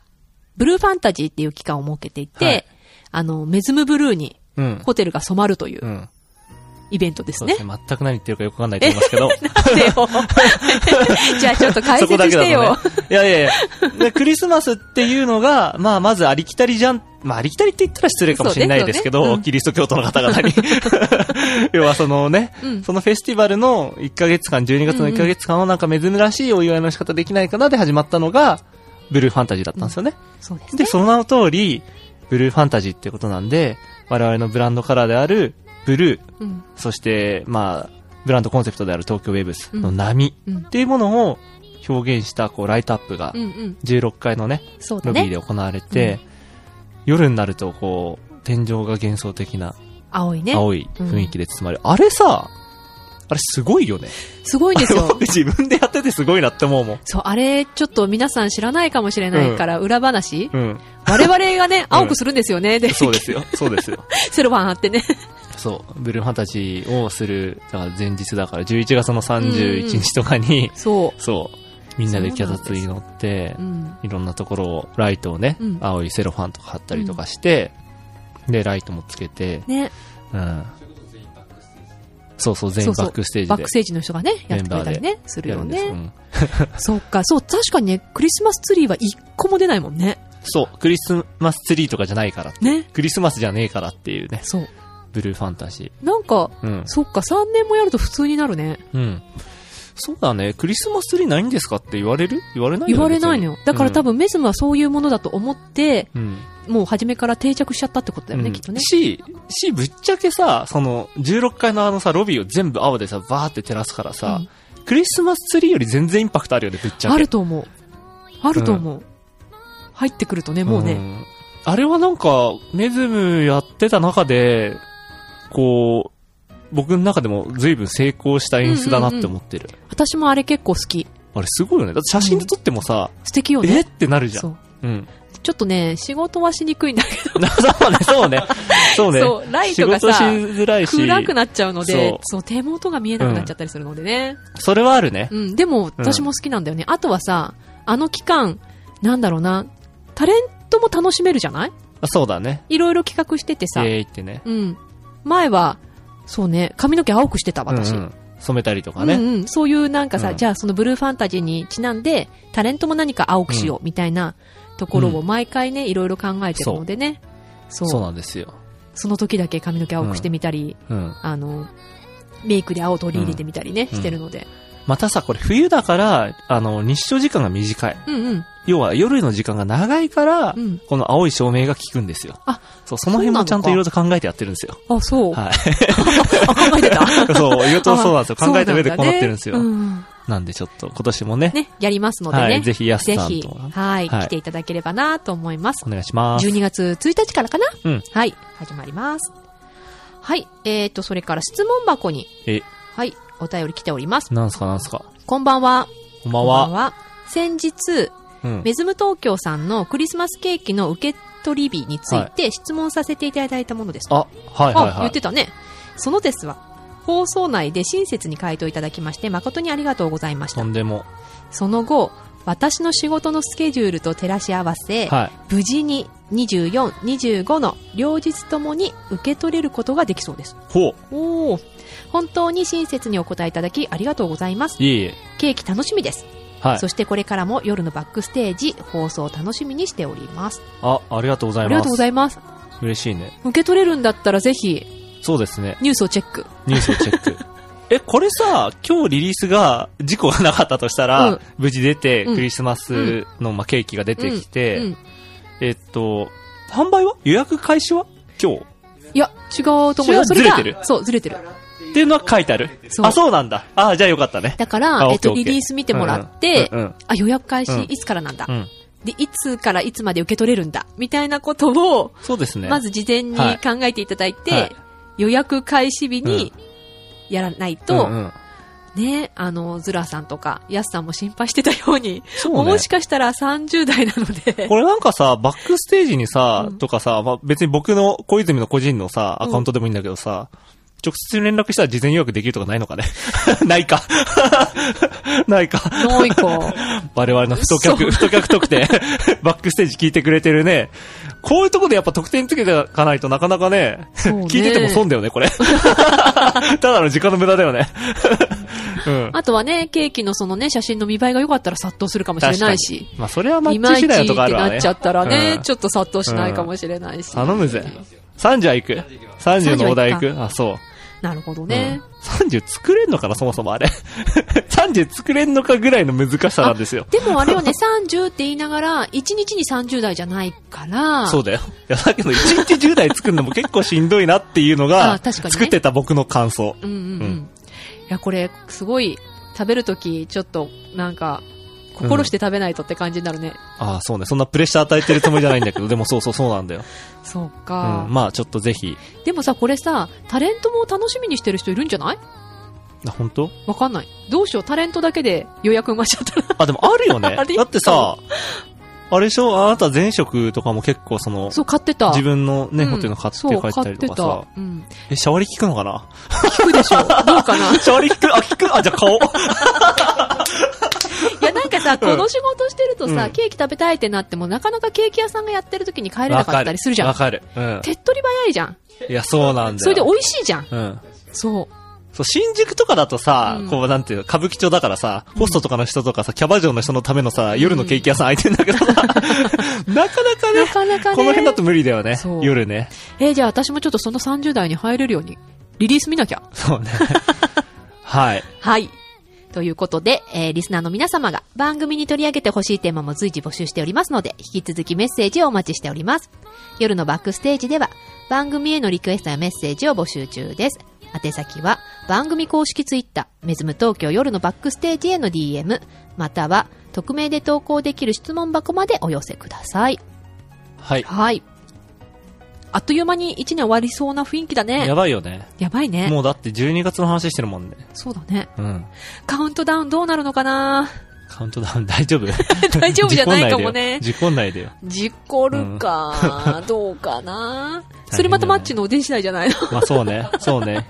ブルーファンタジーっていう期間を設けていて、はいあの、メズムブルーにうん。ホテルが染まるという、うん。イベントですそうでねす。ね。全く何言ってるかよくわかんないと思います けど。でよじゃあちょっと解そ説こだけしてよ。だとね。いやいやいや。 で、クリスマスっていうのが、まあ、まずありきたりじゃん。まあ、ありきたりって言ったら失礼かもしれないですけそうねど、そうねうんキリスト教徒の 方々に。要はそのね、うんそのフェスティバルの1ヶ月間、12月の1ヶ月間をなんか珍しいお祝いの仕方できないかなで始まったのが、ブルーファンタジーだったんですよね。そうですで、その名の通り、ブルーファンタジーってことなんで、我々のブランドカラーである、ブルー、うんそして、まあ、ブランドコンセプトである東京ウェブスのうん波うんっていうものを表現したこうライトアップがうんうん。 16階のね、そうだロビーね。で行われて、夜になるとこう、天井が幻想的な青いね。青い雰囲気で包まれる。あれさ、あれすごいよね。すごいんです よ。自分でやっててすごいなって思うもん。そう、あれ、ちょっと皆さん知らないかもしれないから、裏話うん。我々がね、青くするんですよね。で、 そうですよ。そうですよ。 セロファン貼ってね。 そう。ブルーファンタジーをする、だから前日だから、11月の31日とかに、そそう。みんなで脚立に乗ってう。う、ん。いろんなところを、ライトをね、うん青いセロファンとか貼ったりとかして、で、ライトもつけて、ね。うん。そうそう、全そ員うそうバックステージで。バックステージの人がね、やってくれたりね、するやよるんですうね。んそうか、そう、確かにね、クリスマスツリーは一個も出ないもんね。そう、クリスマスツリーとかじゃないから。ね。クリスマスじゃねえからっていうね、そう。ブルーファンタジなんか、ー。うん。そっか、3年もやると普通になるね。うん。そうだね、クリスマスツリーないんですかって言われる言われない言よねわれないのよ別。にだから多うん分、メズムはそういうものだと思って、うん。もう初めから定着しちゃったってことだよね、うんきっとね。し、し、ぶっちゃけさ、その、16階のあのさ、ロビーを全部青でさ、バーって照らすからさ、クリスマスツリーより全然インパクトあるよね、ぶっちゃけ。あると思う。あると思う。入ってくるとね、もうね。んあれはなんか、メズムやってた中で、こう、僕の中でも随分成功した演出だなって思ってる。私もあれ結構好き。あれすごいよね。だって写真で撮ってもさ、素敵よえねっ。てなるじゃそん。う。うん。 ちょっとね、仕事はしにくいんだけそうね、そうね。そうね。そうライトがさ仕事しづらいど、し。暗くなっちゃうので、そうそう、手元が見えなくなっちゃったりするのでね。それはあるね。うん、でも、私も好きなんだよね。あとはさ、あの期間、なんだろうな、タレントも楽しめるじゃないあそうだね。いろいろ企画しててさ、えーってね。うん。前は、そうね、髪の毛青くしてた、私。うんうん染めたりとかね。うんうん、そういうなんかさ、うんじゃあそのブルーファンタジーにちなんで、タレントも何か青くしようみたいなところを毎回ね、いろいろ考えてるのでね。そう。そそうなんですよ。の時だけ髪の毛青くしてみたり、うん。あの、メイクで青を取り入れてみたりね、うんしてるので。またさ、これ冬だから、あの、日照時間が短い。うんうん。要は夜の時間が長いから、うんこの青い照明が効くんですよ。あ、そう、その辺もちゃんといろいろと考えてやってるんですよ。あ、そう。はあ、考えてた。い。 そう、いろいろとそうなんですよ。あ考えた上でそこなだうなねってるんですよ。うなんんでちょっと今年もね、ね、やりますのでね。はい、ぜひ安ぜさんひ、とはい、はい来ていただければなと思います。お願いします。 12月1日からかなうんはい、始まります。はい、えーと、それから質問箱に、え、はい、お便り来ております。なんすかなんすか。こんばんは。こんばんは。先日、うんメズム東京さんのクリスマスケーキの受け取り日について質問させていただいたものです。あ、はいはいあ、は言っいて。たね。そのですは、放送内で親切に回答いただきまして誠にありがとうございましとた。んでも。その後、私の仕事のスケジュールと照らし合わせ、はい。無事に24、25の両日ともに受け取れることができそうです。ほう。おお、本当に親切にお答えいただきありがとうございます。いえいえ。ケーキ楽しみです。はいそ。してこれからも夜のバックステージ放送を楽しみにしております。あ、ありがとうござあいりまがす。とうございます。嬉しいね。受け取れるんだったらぜひそうですね。ニュースをチェック。ニュースをチェック。 え、これさ、今日リリースが、事故がなかったとしたら、うん無事出て、うんクリスマスの、まあ、ケーキが出てきて、うん。えっと、販売は予約開始は今日いや、違うと思うよ。そそれれはがずれてるそう、ずれてる。っていうのは書いてある。そうあ、そうなんだ。あ、じゃあよかったね。だかあら、えっと、オッケーオッケリーリース見てもらって、うんうんあ、予約開始、うんいつからなんだ、うんうん。で、いつからいつまで受け取れるんだみたいなことを、そうですね。まず事前にはい考えていただいて、はい予約開始日にやらないと、うんうんね、あの、ズラさんとか、ヤスさんも心配してたように、そうねもしかしたら30代なので、 これなんかさ、バックステージにさ、うんとかさ、まあ、別に僕の小泉の個人のさ、うんアカウントでもいいんだけどさ、直接連絡したら事前予約できるとかないのかね ないか。ないか。 も う一個、我々の太客、嘘 太客特典、バックステージ聞いてくれてるね、こういうとこでやっぱ得点つけていかないとなかなかね、そうね聞いてても損だよね、これ。ただの時間の無駄だよね。うん。あとはね、ケーキのそのね、写真の見栄えが良かったら殺到するかもしれないし。まあ、それはマいッまチいちっ次第のてとこあるわね。なっちゃったらね、うんちょっと殺到しないかもしれないし。頼むぜ。30は行く。30のお題行くあ、そう。なるほどうねん。30作れんのかな、そもそもあれ。30作れんのかぐらいの難しさなんですよ。でもあれよね、30って言いながら、1日に30代じゃないから、そうだよ。いや、だけど、1日10台作るのも結構しんどいなっていうのあが、確かにね作ってた僕の感想。うんうんうん。うんいや、これ、すごい、食べるとき、ちょっと、なんか、心して食べないとって感じになるね。ああ、そうね。そんなプレッシャー与えてるつもりじゃないん だけど、でもそうそうそうなんだよ。そううか、ん。まあ、ちょっとぜひ。でもさ、これさ、タレントも楽しみにしてる人いるんじゃないあ、本 当？わかんない。どうしよう、タレントだけで予約埋まっちゃったら。あ、でもあるよね。ありそうだってさ、あれでしょあなた前職とかも結構その、そう、買ってた。自分のね、うんホテルの買って帰ったりとかそう、買っさて。た。 うん。え、シャワリ効くのかな聞くでしょ。どうか な。シャワリ効くあ、効くあ、じゃあ買おう。いや、なんかさ、この仕事してるとさ、うんケーキ食べたいってなっても、なかなかケーキ屋さんがやってる時に帰れなかったりするじゃわん。かる。うん。手っ取り早いじゃん。いや、そうなんだよ。それで美味しいじゃん。うん。そう。そう、新宿とかだとさ、うんこうなんていうの、歌舞伎町だからさ、ホストとかの人とかさ、キャバ嬢の人のためのさ、夜のケーキ屋さん開いてんだけどさ、 なかなかねな、かなかね。 この辺だと無理だよねそ。う夜ね。えーじゃあ私もちょっとその30代に入れるように、リリース見なきゃ。そう ね。はい。はい。ということで、えーリスナーの皆様が番組に取り上げてほしいテーマも随時募集しておりますので、引き続きメッセージをお待ちしております。夜のバックステージでは、番組へのリクエストやメッセージを募集中です。宛先は、番組公式ツイッター、メズム東京夜のバックステージへの DM、または、匿名で投稿できる質問箱までお寄せください。はい。はい。あっという間に1年終わりそうな雰囲気だね。ややばいよね。ばいね。もうだって12月の話してるもんね。そうだね。うん。カウントダウンどうなるのかなカウントダウン 大丈夫大丈夫じゃないかも ね。事故んないでよ。事故るか、どうか なそれまたマッチのお手次第じゃないのまあそうね。そう ね。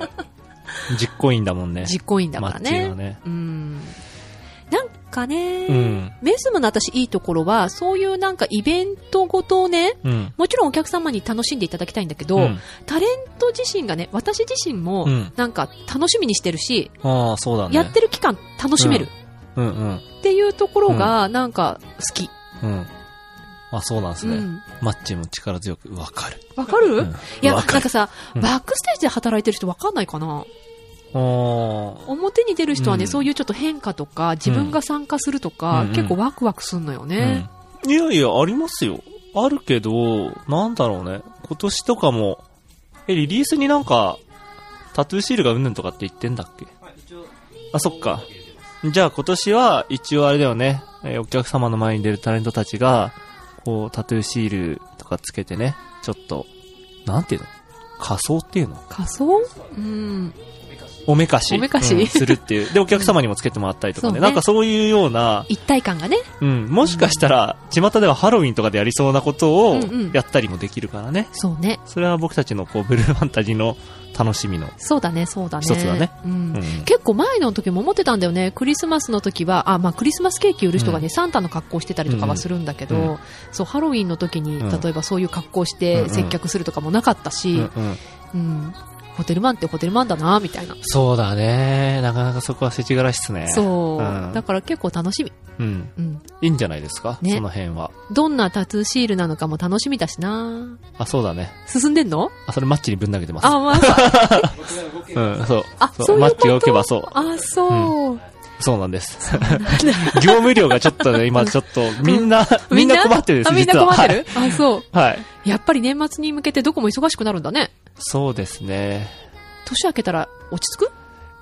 実行員だもんね。実行委員だからマッチね。がね。うん。なんかね、うんメズムの私いいところは、そういうなんかイベントごとをね、うん。もちろんお客様に楽しんでいただきたいんだけど、うんタレント自身がね、私自身もうん、なんか楽しみにしてるし、ああ、そうだね。やってる期間楽しめるうんうん。っていうところが、なんか好き。うん。あ、そうなんですうね。んマッチも力強くわかる。わかる、んいや、なわんかるかさ、うんバックステージで働いてる人わかんないかなお表に出る人はね、うんそういうちょっと変化とか、自分が参加するとか、うん結構ワクワクすんのよね。うん、いやいや、ありますよ。あるけど、なんだろうね。今年とかも、え、リリースになんか、タトゥーシールがうんぬんとかって言ってんだっけあ、そっか。じゃあ今年は、一応あれだよね。えーお客様の前に出るタレントたちが、こう、タトゥーシールとかつけてね、ちょっと、なんていうの仮装っていうの仮装うん。おめかし。おめかしうんするっていう。で、お客様にもつけてもらったりとかそね。うねなんかそういうような、一体感がね。うん、もしかしたら、巷ではハロウィンとかでやりそうなことうをんうんやったりもできるからね。そうね。それは僕たちのこうブルーファンタジーの楽しみの。そうだね、そうだね。一つだねう。うんん、結構前の時も思ってたんだよね。クリスマスの時は、あ、まあクリスマスケーキ売る人がね、うサンタの格好してたりとかはするんだけど、うんうそう、ハロウィンの時に、うん例えばそういう格好しうんうてん接客するとかもなかったし、うんうんうん、ホテルマンってホテルマンだなみたいな、そうだね。なかなかそこは世知辛いっすね。そう、んだから結構楽しみ、うん。うん、いいんじゃないですか、ねその辺は。どんなタトゥーシールなのかも楽しみだしなあ、そうだね。進んでんのあ、それマッチにぶん投げてます。あ、まあ、うん、そう。あそうそういうことマッチが受けばそう。 あそう、そうなんです。 業務量がちょっとね、今ちょっと、みんな、みんな困ってるんです、あみんな実は困ってる、 あそうはい。はい。やっぱり年末に向けてどこも忙しくなるんだねそうですね。年明けたら落ち着く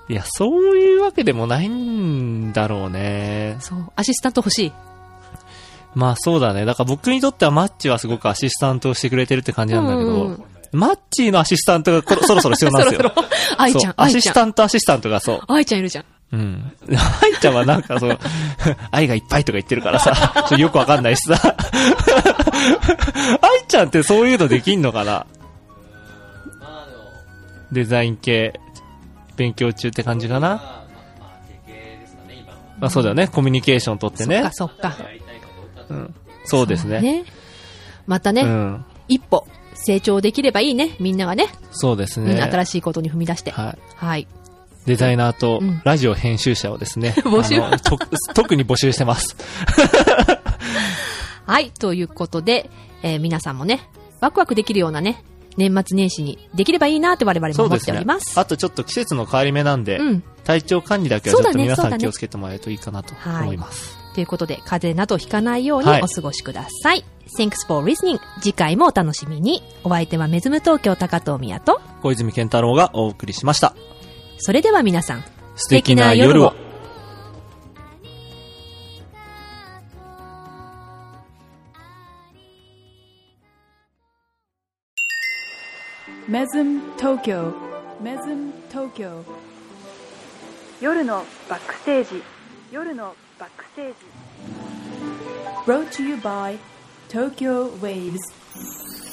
いや、そういうわけでもないんだろうね。そうアシスタント欲しいまあそうだね。だから僕にとってはマッチはすごくアシスタントをしてくれてるって感じなんだけど、うんうんマッチのアシスタントがこそろそろ必要なんで すよ。愛ちそゃうんア愛シちゃんスタントアシスタントがそう。愛ちゃんいるじゃんうん。愛ちゃんはなんかそう、愛がいっぱいとか言ってるからさ、ちょっとよくわかんないしさ。愛ちゃんってそういうのできんのかなデザイン系、勉強中って感じかなまあそうだよね。コミュニケーション取ってね。そっかそっかそうですね。またね、うん。一歩成長できればいいね、みんながね。そうですうんね。新しいことに踏み出して。はい。はい。デザイナーとうんラジオ編集者をですね。募集あのと特に募集してます。はい、ということで、えー皆さんもね、ワクワクできるようなね、年末年始にできればいいなって我々もそう思っですておねります。あとちょっと季節の変わり目なんで、うん。体調管理だけはちょそうっだとね皆そさうだんね気をつけてもらえるといいかなと思います。ということで、風邪などひかないようにはいお過ごしください。Thanks for listening. 次回もお楽しみに。お相手はメズム東京高藤宮と、小泉健太郎がお送りしました。それでは皆さん、素敵な夜を。 Mesm Tokyo Mesm Tokyo 夜のバックステージ夜のバックステージ Brought to you by Tokyo Waves